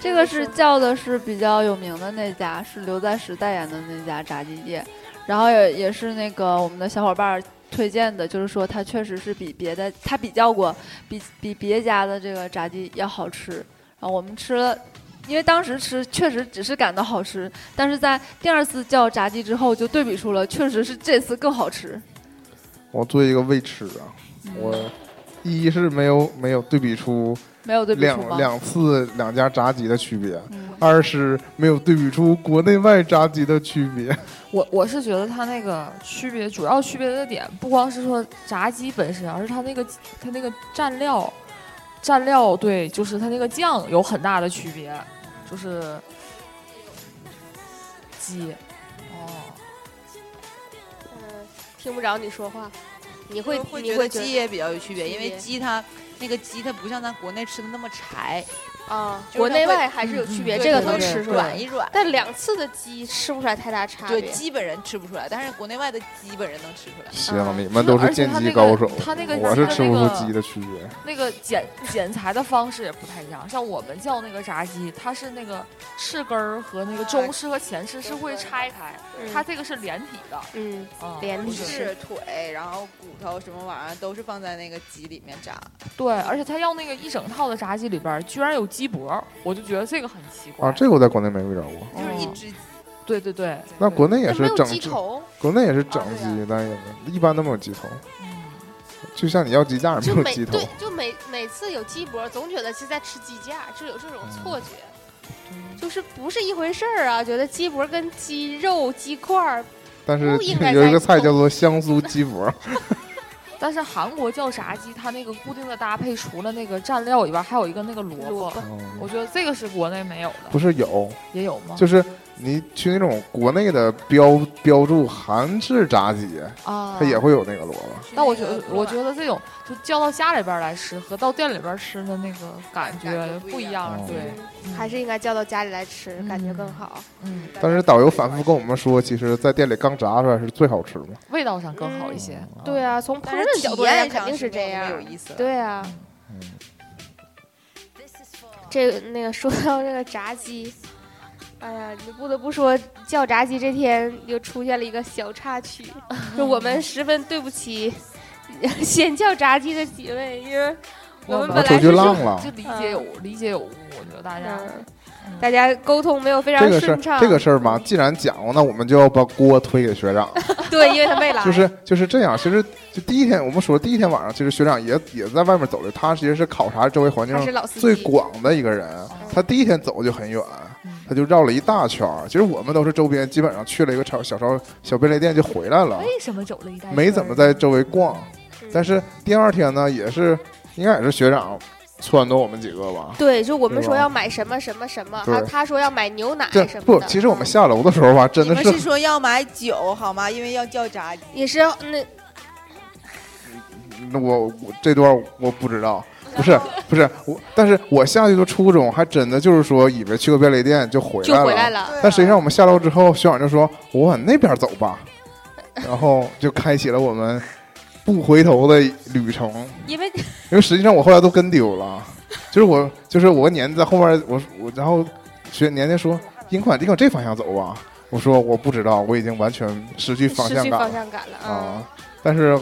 [SPEAKER 4] 这个是叫的是比较有名的那家，是刘在石代言的那家炸鸡店，然后也也是那个我们的小伙伴儿推荐的，就是说它确实是比别的他比较过，比比别家的这个炸鸡要好吃。然后我们吃了，因为当时吃确实只是感到好吃，但是在第二次叫炸鸡之后，就对比出了确实是这次更好吃。嗯
[SPEAKER 2] 我做一个未吃啊，我一是没有没有对比出
[SPEAKER 4] 没有对比出
[SPEAKER 2] 两
[SPEAKER 4] 吗？
[SPEAKER 2] 两次两家炸鸡的区别，
[SPEAKER 4] 嗯
[SPEAKER 2] 二是没有对比出国内外炸鸡的区别。
[SPEAKER 6] 我我是觉得它那个区别，主要区别的点不光是说炸鸡本身，而是它那个它那个蘸料，蘸料对，就是它那个酱有很大的区别，就是鸡，哦，
[SPEAKER 5] 嗯，听不着你说话，你会
[SPEAKER 7] 会会
[SPEAKER 5] 你
[SPEAKER 7] 觉
[SPEAKER 5] 会
[SPEAKER 7] 得
[SPEAKER 5] 觉
[SPEAKER 7] 鸡也比较有区别，
[SPEAKER 5] 区
[SPEAKER 7] 因为
[SPEAKER 5] 别
[SPEAKER 7] 鸡它那个鸡它不像咱国内吃的那么柴，
[SPEAKER 5] 得啊，
[SPEAKER 7] 就是
[SPEAKER 5] 国内
[SPEAKER 7] 它会嗯
[SPEAKER 5] 外还是有区别，
[SPEAKER 7] 对
[SPEAKER 5] 这个
[SPEAKER 7] 它
[SPEAKER 5] 能
[SPEAKER 7] 会
[SPEAKER 5] 吃出来
[SPEAKER 7] 软一。软。
[SPEAKER 5] 但两次的鸡吃不出来太大差
[SPEAKER 7] 对，
[SPEAKER 5] 别。
[SPEAKER 7] 基本人吃不出来，但是国内外的基本人能吃出来。
[SPEAKER 2] 行，
[SPEAKER 6] 嗯
[SPEAKER 2] 你们都是剑击高手，
[SPEAKER 6] 它那个
[SPEAKER 2] 我是吃不出
[SPEAKER 6] 它那个
[SPEAKER 2] 鸡的区别。
[SPEAKER 6] 那个剪剪裁的方式也不太一样，像我们叫那个炸鸡，它是那个翅根儿和那个中翅和前翅是会拆开，
[SPEAKER 5] 嗯
[SPEAKER 6] 它这个是连体的，
[SPEAKER 5] 嗯，
[SPEAKER 6] 嗯，
[SPEAKER 5] 连
[SPEAKER 6] 不
[SPEAKER 5] 体
[SPEAKER 6] 是
[SPEAKER 7] 啊是腿，然后骨头什么玩意儿都是放在那个鸡里面炸。
[SPEAKER 6] 对，而且它要那个一整套的炸鸡里边儿居然有鸡脖儿，我就觉得这个很奇怪。
[SPEAKER 2] 啊，这个我在国内没遇着过。
[SPEAKER 4] 嗯 어.
[SPEAKER 3] 어.
[SPEAKER 7] 就是一
[SPEAKER 6] 哦
[SPEAKER 7] 只鸡。
[SPEAKER 6] 对对对，
[SPEAKER 2] 那国内也
[SPEAKER 5] 它
[SPEAKER 2] 是
[SPEAKER 5] 没有
[SPEAKER 2] 整
[SPEAKER 5] 鸡
[SPEAKER 2] 只，
[SPEAKER 5] 头，
[SPEAKER 2] 国内也是整鸡
[SPEAKER 5] 啊对，
[SPEAKER 2] 但也没一般都没有鸡头。
[SPEAKER 6] 嗯，
[SPEAKER 2] 就像你要鸡架也
[SPEAKER 5] 就
[SPEAKER 2] 没有
[SPEAKER 5] 每
[SPEAKER 2] 鸡头
[SPEAKER 5] 对，就每每次有鸡脖，总觉得是在吃鸡架，就有这种错觉。就是不是一回事儿啊！觉得鸡脖跟鸡肉、鸡块儿，
[SPEAKER 2] 但是
[SPEAKER 5] 都 应该
[SPEAKER 2] 有一个
[SPEAKER 5] 在
[SPEAKER 2] 菜
[SPEAKER 5] 做
[SPEAKER 2] 叫做香酥鸡脖，
[SPEAKER 6] 但是韩国叫炸鸡，它那个固定的搭配除了那个蘸料以外，还有一个那个萝卜，
[SPEAKER 5] 萝卜
[SPEAKER 2] 嗯
[SPEAKER 6] 哦我觉得这个是国内没有的，
[SPEAKER 2] 不是有，
[SPEAKER 6] 也有
[SPEAKER 5] 哦
[SPEAKER 6] 吗？
[SPEAKER 2] 就是你去那种国内的标标注韩式炸鸡，
[SPEAKER 5] 哦
[SPEAKER 6] 啊，
[SPEAKER 2] 它也会有那个萝卜。
[SPEAKER 6] 但我觉
[SPEAKER 7] 那
[SPEAKER 6] 得
[SPEAKER 7] 个，
[SPEAKER 6] 我觉得这种就叫到家里边儿来吃和到店里边儿吃的那个感觉
[SPEAKER 7] 感觉
[SPEAKER 6] 不
[SPEAKER 7] 不
[SPEAKER 6] 一
[SPEAKER 7] 一
[SPEAKER 6] 样
[SPEAKER 2] 样，
[SPEAKER 6] 对，嗯
[SPEAKER 5] 还是应该叫到家里来吃，感觉更
[SPEAKER 6] 嗯
[SPEAKER 5] 好。
[SPEAKER 6] 嗯，
[SPEAKER 2] 但是导游反复跟我们说，其实，在店里刚炸出来是最好吃嘛。
[SPEAKER 6] 味道上更好一些。
[SPEAKER 2] 嗯
[SPEAKER 5] 对啊，从烹
[SPEAKER 7] 但是
[SPEAKER 5] 饪角
[SPEAKER 7] 体
[SPEAKER 5] 度来
[SPEAKER 7] 验
[SPEAKER 5] 讲肯
[SPEAKER 7] 上
[SPEAKER 5] 定
[SPEAKER 7] 是
[SPEAKER 5] 是这样
[SPEAKER 7] 没有那么。有意思。，
[SPEAKER 5] 对啊，
[SPEAKER 2] 嗯，
[SPEAKER 5] 这个那个说到这个炸鸡，哎呀，你不得不说叫炸鸡这天又出现了一个小插曲，就我们十分对不起呃先叫炸鸡的几位，因为我们
[SPEAKER 2] 我
[SPEAKER 5] 本
[SPEAKER 2] 出
[SPEAKER 5] 来
[SPEAKER 2] 去
[SPEAKER 5] 是
[SPEAKER 2] 浪
[SPEAKER 5] 说，
[SPEAKER 2] 了
[SPEAKER 6] 这。理解有理解有误，我觉得大家
[SPEAKER 5] 嗯
[SPEAKER 6] 嗯
[SPEAKER 5] 大家沟通没有非
[SPEAKER 2] 这
[SPEAKER 5] 常
[SPEAKER 2] 个事儿
[SPEAKER 5] 顺畅，，
[SPEAKER 2] 这个事儿
[SPEAKER 5] 嗯
[SPEAKER 2] 嘛，既然讲过，那我们就要把锅推给学长。
[SPEAKER 5] 对，因为他没来，
[SPEAKER 2] 就是就是这样。其实就第一天，我们说第一天晚上，其实学长也也在外面走的，他其实是考察周围环境
[SPEAKER 5] 他是老司
[SPEAKER 2] 最
[SPEAKER 5] 机，哦
[SPEAKER 2] 广的一个人。他第一天走就很远，
[SPEAKER 5] 嗯
[SPEAKER 2] 他就绕了一大圈儿。其实我们都是周边，基本上去了一个超小超小便利店就回来
[SPEAKER 5] 哎
[SPEAKER 2] 了，
[SPEAKER 6] 为什么走了一代
[SPEAKER 2] 没怎么在周围逛。但是第二天呢，也是应该也是学长撺掇我们几个吧。
[SPEAKER 5] 对，就我们
[SPEAKER 2] 对
[SPEAKER 5] 说
[SPEAKER 2] 吧
[SPEAKER 5] 要买什么什么什么，
[SPEAKER 2] 对
[SPEAKER 5] 还有他说要买牛奶
[SPEAKER 2] 这
[SPEAKER 5] 什么
[SPEAKER 2] 不，
[SPEAKER 5] 的，
[SPEAKER 2] 其实我们下楼的时候吧，真
[SPEAKER 7] 你
[SPEAKER 2] 的
[SPEAKER 7] 们
[SPEAKER 2] 是
[SPEAKER 7] 是说要买酒好吗？因为要叫炸鸡。
[SPEAKER 5] 也是要那
[SPEAKER 2] 那我我这段我不知道，不是不是我，但是我下去的初衷还真的就是说，以为去个便利店就回
[SPEAKER 5] 就
[SPEAKER 2] 来
[SPEAKER 5] 回来了。
[SPEAKER 2] 了，
[SPEAKER 7] 啊
[SPEAKER 2] 但实际上我们下楼之后，学长就说我往那边走吧，然后就开启了我们不回头的旅程。
[SPEAKER 5] 因为
[SPEAKER 2] 因为实际上我后来都跟丢了，就是我就是我跟年年在后面，我我然后学年年说英款你往这方向走吧，我说我不知道，我已经完全失去方
[SPEAKER 5] 失
[SPEAKER 2] 向
[SPEAKER 5] 去
[SPEAKER 2] 感
[SPEAKER 5] 方
[SPEAKER 2] 了
[SPEAKER 5] 向感了嗯
[SPEAKER 2] 啊，但是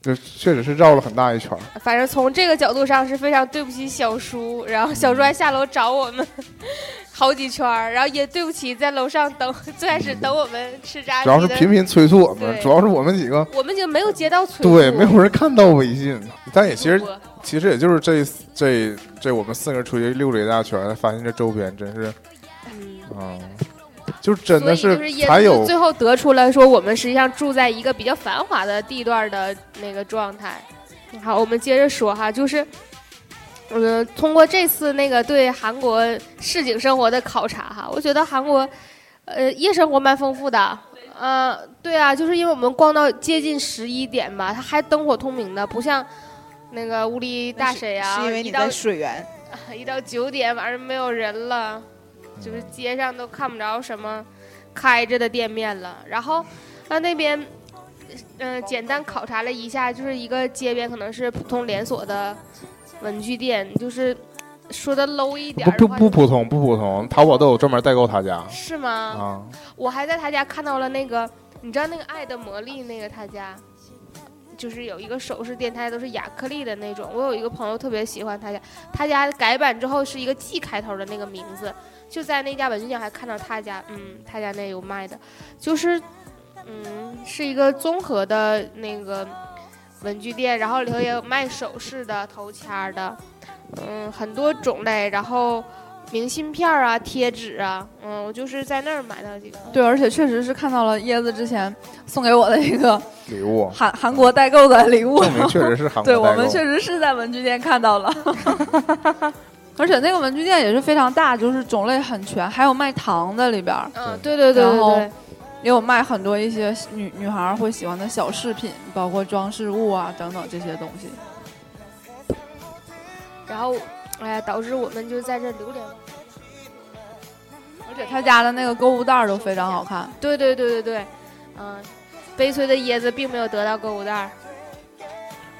[SPEAKER 2] 就确实是绕了很大一圈儿。
[SPEAKER 5] 反正从这个角度上是非常对不起小叔，然后小叔
[SPEAKER 2] 嗯
[SPEAKER 5] 还下楼找我们好几圈儿，然后也对不起在楼上等，最开始等我们吃炸鸡
[SPEAKER 2] 嗯主要是
[SPEAKER 5] 哎的
[SPEAKER 2] 频频催促我们，
[SPEAKER 5] 对
[SPEAKER 2] 主要是我们几个
[SPEAKER 5] 我们就没有接到催促，
[SPEAKER 2] 对没有人看到微信，但也其实
[SPEAKER 5] 主播
[SPEAKER 2] 其实也就是这这这我们四个人出去溜了一大圈，发现这周边真是
[SPEAKER 5] 嗯
[SPEAKER 2] 啊、就真的
[SPEAKER 5] 所以就是也
[SPEAKER 2] 才有
[SPEAKER 5] 就最后得出来说，我们实际上住在一个比较繁华的地段的那个状态。好，我们接着说哈，就是，呃，通过这次那个对韩国市井生活的考察哈，我觉得韩国，呃，夜生活蛮丰富的。呃，对啊，就是因为我们逛到接近十一点吧，它还灯火通明的，不像那个乌里大水啊，
[SPEAKER 7] 是因为
[SPEAKER 5] 一
[SPEAKER 7] 你
[SPEAKER 5] 到
[SPEAKER 7] 在水源，
[SPEAKER 5] 一到九点晚上没有人了，
[SPEAKER 2] 嗯
[SPEAKER 5] 就是街上都看不着什么开着的店面了。然后到那边，嗯、简单考察了一下，就是一个街边可能是普通连锁的文具店，就是说的 low 一点
[SPEAKER 2] 不
[SPEAKER 5] 儿的
[SPEAKER 2] 不
[SPEAKER 5] 话
[SPEAKER 2] 不普通不普通，淘宝都有专门代购他家
[SPEAKER 5] 是吗？
[SPEAKER 2] 啊，
[SPEAKER 5] 我还在他家看到了那个，你知道那个《爱的魔力》那个他家。就是有一个首饰店，他家都是亚克力的那种。我有一个朋友特别喜欢他家，他家改版之后是一个 G 开头的那个名字，就在那家文具店还看到他家，嗯，他家那有卖的，就是，嗯，是一个综合的那个文具店，然后里头也有卖首饰的、头签儿的，嗯，很多种类，然后明信片儿啊、贴纸啊，嗯，我就是在那儿买到几个。
[SPEAKER 4] 对，而且确实是看到了椰子之前送给我的一个
[SPEAKER 2] 礼物，
[SPEAKER 4] 韩韩国代购的 礼物，
[SPEAKER 2] 证明确实是韩国
[SPEAKER 4] 对
[SPEAKER 2] 代购。
[SPEAKER 4] 我们确实是在文具店看到 了，而且那个文具店也是非常大，就是种类很全，还有卖糖的里边儿
[SPEAKER 5] 嗯，对对对
[SPEAKER 4] 然
[SPEAKER 5] 对
[SPEAKER 4] 后
[SPEAKER 5] 对，
[SPEAKER 4] 也有卖很多一些女女孩儿会喜欢的小饰品，包括装饰物啊等等这些东西。
[SPEAKER 5] 然后哎呀，导致我们就在这儿流连忘返。
[SPEAKER 4] 而且他家的那个购物袋儿都非常好看，
[SPEAKER 5] 对对对对对，嗯，悲催的椰子并没有得到购物袋儿。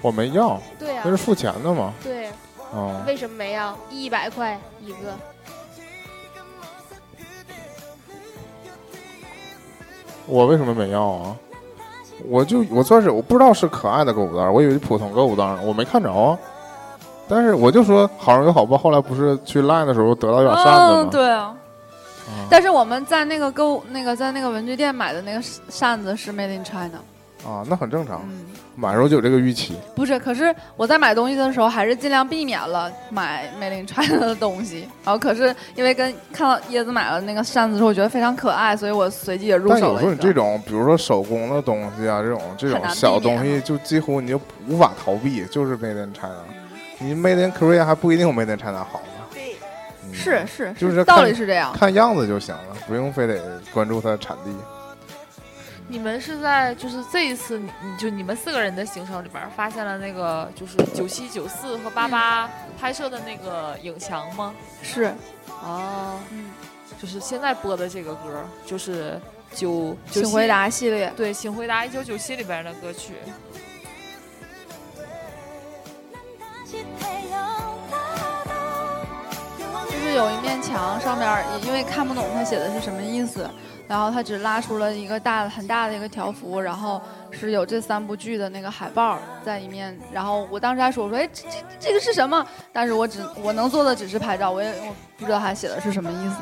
[SPEAKER 2] 我没要，
[SPEAKER 5] 对啊
[SPEAKER 2] 那，是付钱的嘛。
[SPEAKER 5] 对，
[SPEAKER 2] 啊，
[SPEAKER 5] 为什么没要？一百块一个。
[SPEAKER 2] 我为什么没要啊？我就我算是我不知道是可爱的购物袋，我以为普通购物袋呢，我没看着啊。但是我就说好人有好报，后来不是去赖的时候得到一把扇子吗？
[SPEAKER 4] 嗯，对啊。
[SPEAKER 2] 啊
[SPEAKER 4] 但是我们在那个购物那个在那个文具店买的那个扇子是 Made in China，
[SPEAKER 2] 啊，那很正常，
[SPEAKER 4] 嗯，
[SPEAKER 2] 买的时候就有这个预期。
[SPEAKER 4] 不是，可是我在买东西的时候还是尽量避免了买 Made in China 的东西。然后可是因为跟看到椰子买了那个扇子之后，我觉得非常可爱，所以我随即也入
[SPEAKER 2] 但
[SPEAKER 4] 手
[SPEAKER 2] 有
[SPEAKER 4] 了
[SPEAKER 2] 时候
[SPEAKER 4] 一
[SPEAKER 2] 你这
[SPEAKER 4] 个。
[SPEAKER 2] 种，比如说手工的东西啊，这种这种
[SPEAKER 4] 很难避
[SPEAKER 2] 小东西，
[SPEAKER 4] 免啊
[SPEAKER 2] 就几乎你就无法逃避，就是 Made in China。你 Made in Korea 还不一定 Made in China 好呢。
[SPEAKER 7] 对，
[SPEAKER 2] 嗯
[SPEAKER 4] 是是
[SPEAKER 2] 就是看
[SPEAKER 4] 道理是这样。
[SPEAKER 2] 看样子就行了，不用非得关注它的产地。
[SPEAKER 6] 你们是在就是这一次你你就你们四个人的行程里边儿发现了那个就是九七九四和八八拍摄的那个影像吗？
[SPEAKER 4] 是，
[SPEAKER 6] 哦，嗯，就是现在播的这个歌儿就是九
[SPEAKER 4] 请回，答系列
[SPEAKER 6] 97对，请回答一九九七里边的歌曲。
[SPEAKER 4] 就是有一面墙上面儿，因为看不懂他写的是什么意思，然后他只拉出了一个大的很大的一个条幅，然后是有这三部剧的那个海报在一面。然后我当时还说：“我说，哎，这这这个是什么？”但是我只我能做的只是拍照，我也我不知道他写的是什么意思。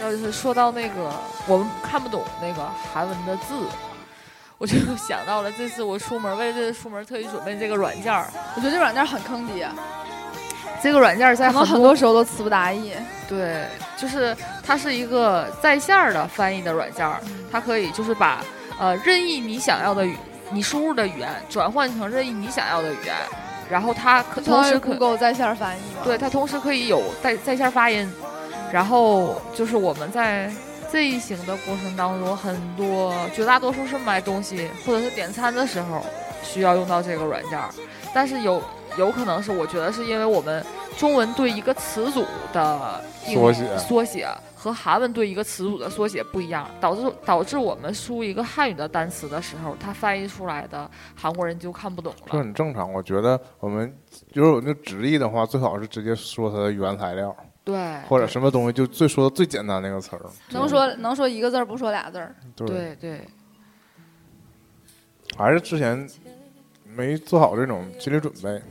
[SPEAKER 6] 然后就是说到那个我们看不懂那个韩文的字，我就 想到了这次我出门为这次出门特意准备这个软件儿，
[SPEAKER 4] 我觉得这软件很坑爹，
[SPEAKER 6] 这个软件儿在
[SPEAKER 4] 可能很多时候都词不达意。
[SPEAKER 6] 对，就是它是一个在线儿的翻译的软件儿，
[SPEAKER 4] 嗯
[SPEAKER 6] 它可以就是把呃任意你想要的语你输入的语言转换成任意你想要的语言，然后它可
[SPEAKER 4] 相
[SPEAKER 6] 同
[SPEAKER 4] 当于
[SPEAKER 6] 时可
[SPEAKER 4] Google 在线翻译嘛。
[SPEAKER 6] 对，它同时可以有在在线发音，然后就是我们在这一行的过程当中，很多绝大多数是买东西或者是点餐的时候需要用到这个软件儿，但是有有可能是我觉得是因为我们中文对一个词组的英
[SPEAKER 2] 缩写
[SPEAKER 6] 缩写和韩文对一个词组的缩写不一样，导致导致我们输一个汉语的单词的时候，它翻译出来的韩国人就看不懂
[SPEAKER 2] 这
[SPEAKER 6] 了。
[SPEAKER 2] 很正常，我觉得我们如果就直译的话，最好是直接说它的原材料，
[SPEAKER 4] 哎
[SPEAKER 6] 对，
[SPEAKER 2] 或者什么东西就最说最简单那个词儿。
[SPEAKER 4] 能说能说一个字儿不说俩字儿。
[SPEAKER 2] 对，
[SPEAKER 6] 对对。
[SPEAKER 2] 还是之前没做好这种心理准备，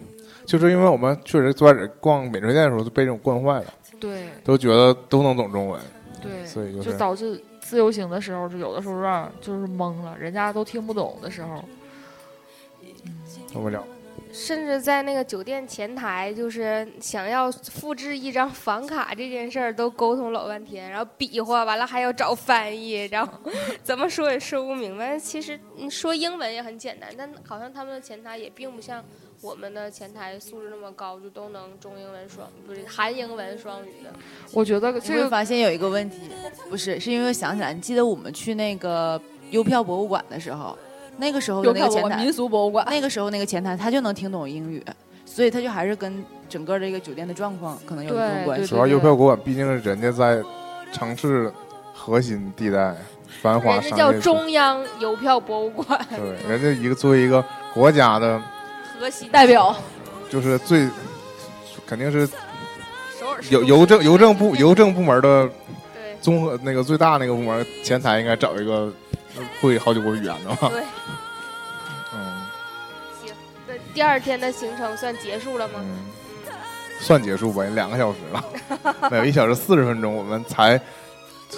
[SPEAKER 2] 就是因为我们确实最开始逛免税店的时候就被这种惯坏了，
[SPEAKER 6] 对
[SPEAKER 2] 都觉得都能懂中文。
[SPEAKER 6] 对，
[SPEAKER 2] 所以就
[SPEAKER 6] 就是导致自由行的时候，就有的时候让就是懵了，人家都听不懂的时候，
[SPEAKER 2] 受不了，
[SPEAKER 5] 甚至在那个酒店前台，就是想要复制一张房卡这件事儿，都沟通老半天，然后比划完了还要找翻译， 然后怎么说也说不明白。其实你说英文也很简单，但好像他们的前台也并不像我们的前台素质那么高，就都能中英文双，不是韩英文双语的。
[SPEAKER 6] 我觉得
[SPEAKER 7] 你
[SPEAKER 6] 这
[SPEAKER 7] 会
[SPEAKER 6] 个
[SPEAKER 7] 发现有一个问题，不是，是因为我想起来，你记得我们去那个邮票博物馆的时候，那个时候的那个前台，
[SPEAKER 4] 俗博物馆
[SPEAKER 7] 那个时候那个前台他就能听懂英语，所以他就还是跟整个这个酒店的状况可能有一部分
[SPEAKER 6] 对
[SPEAKER 7] 关
[SPEAKER 6] 对
[SPEAKER 7] 系。
[SPEAKER 2] 主要
[SPEAKER 6] 对
[SPEAKER 2] 邮票博物馆毕竟是人家在城市核心地带繁华
[SPEAKER 5] 人家
[SPEAKER 2] 商
[SPEAKER 5] 叫
[SPEAKER 2] 业区，
[SPEAKER 5] 中央邮票博物馆
[SPEAKER 2] 对，人家一个作为一个国家的，
[SPEAKER 5] 核心
[SPEAKER 4] 代表，
[SPEAKER 2] 就是最肯定是
[SPEAKER 5] 首尔市
[SPEAKER 2] 邮
[SPEAKER 5] 中
[SPEAKER 2] 邮
[SPEAKER 5] 心
[SPEAKER 2] 政邮政部邮政部门的
[SPEAKER 5] 对
[SPEAKER 2] 综合那个最大那个部门前台应该找一个会好几国语言的 嘛。
[SPEAKER 5] 对。
[SPEAKER 2] 嗯
[SPEAKER 5] 对第二天的行程算结束了吗？
[SPEAKER 2] 嗯，算结束吧，两个小时 了，没有一小时四十分钟，我们才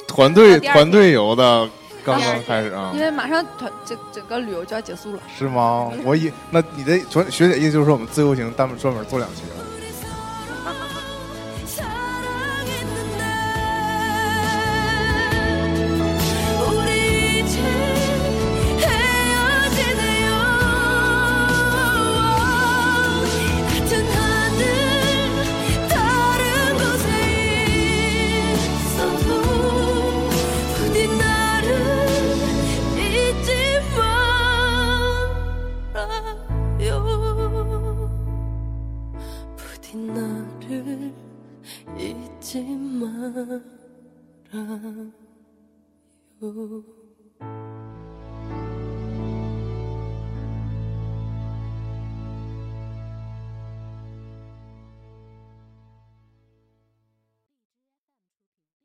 [SPEAKER 2] 团队
[SPEAKER 5] 到第二天
[SPEAKER 2] 团队游的刚刚开始啊
[SPEAKER 4] 因，为马上团整整个旅游就要结束了，
[SPEAKER 2] 是吗？我以那你的昨学姐意思就是说我们自由行单门专门做两期了。
[SPEAKER 9] 사랑했는데 우리 이제 헤어지네요 같은 하늘 다른 곳에 있어도 부디 나를 잊지 말아요 부디 나를 잊지 말아요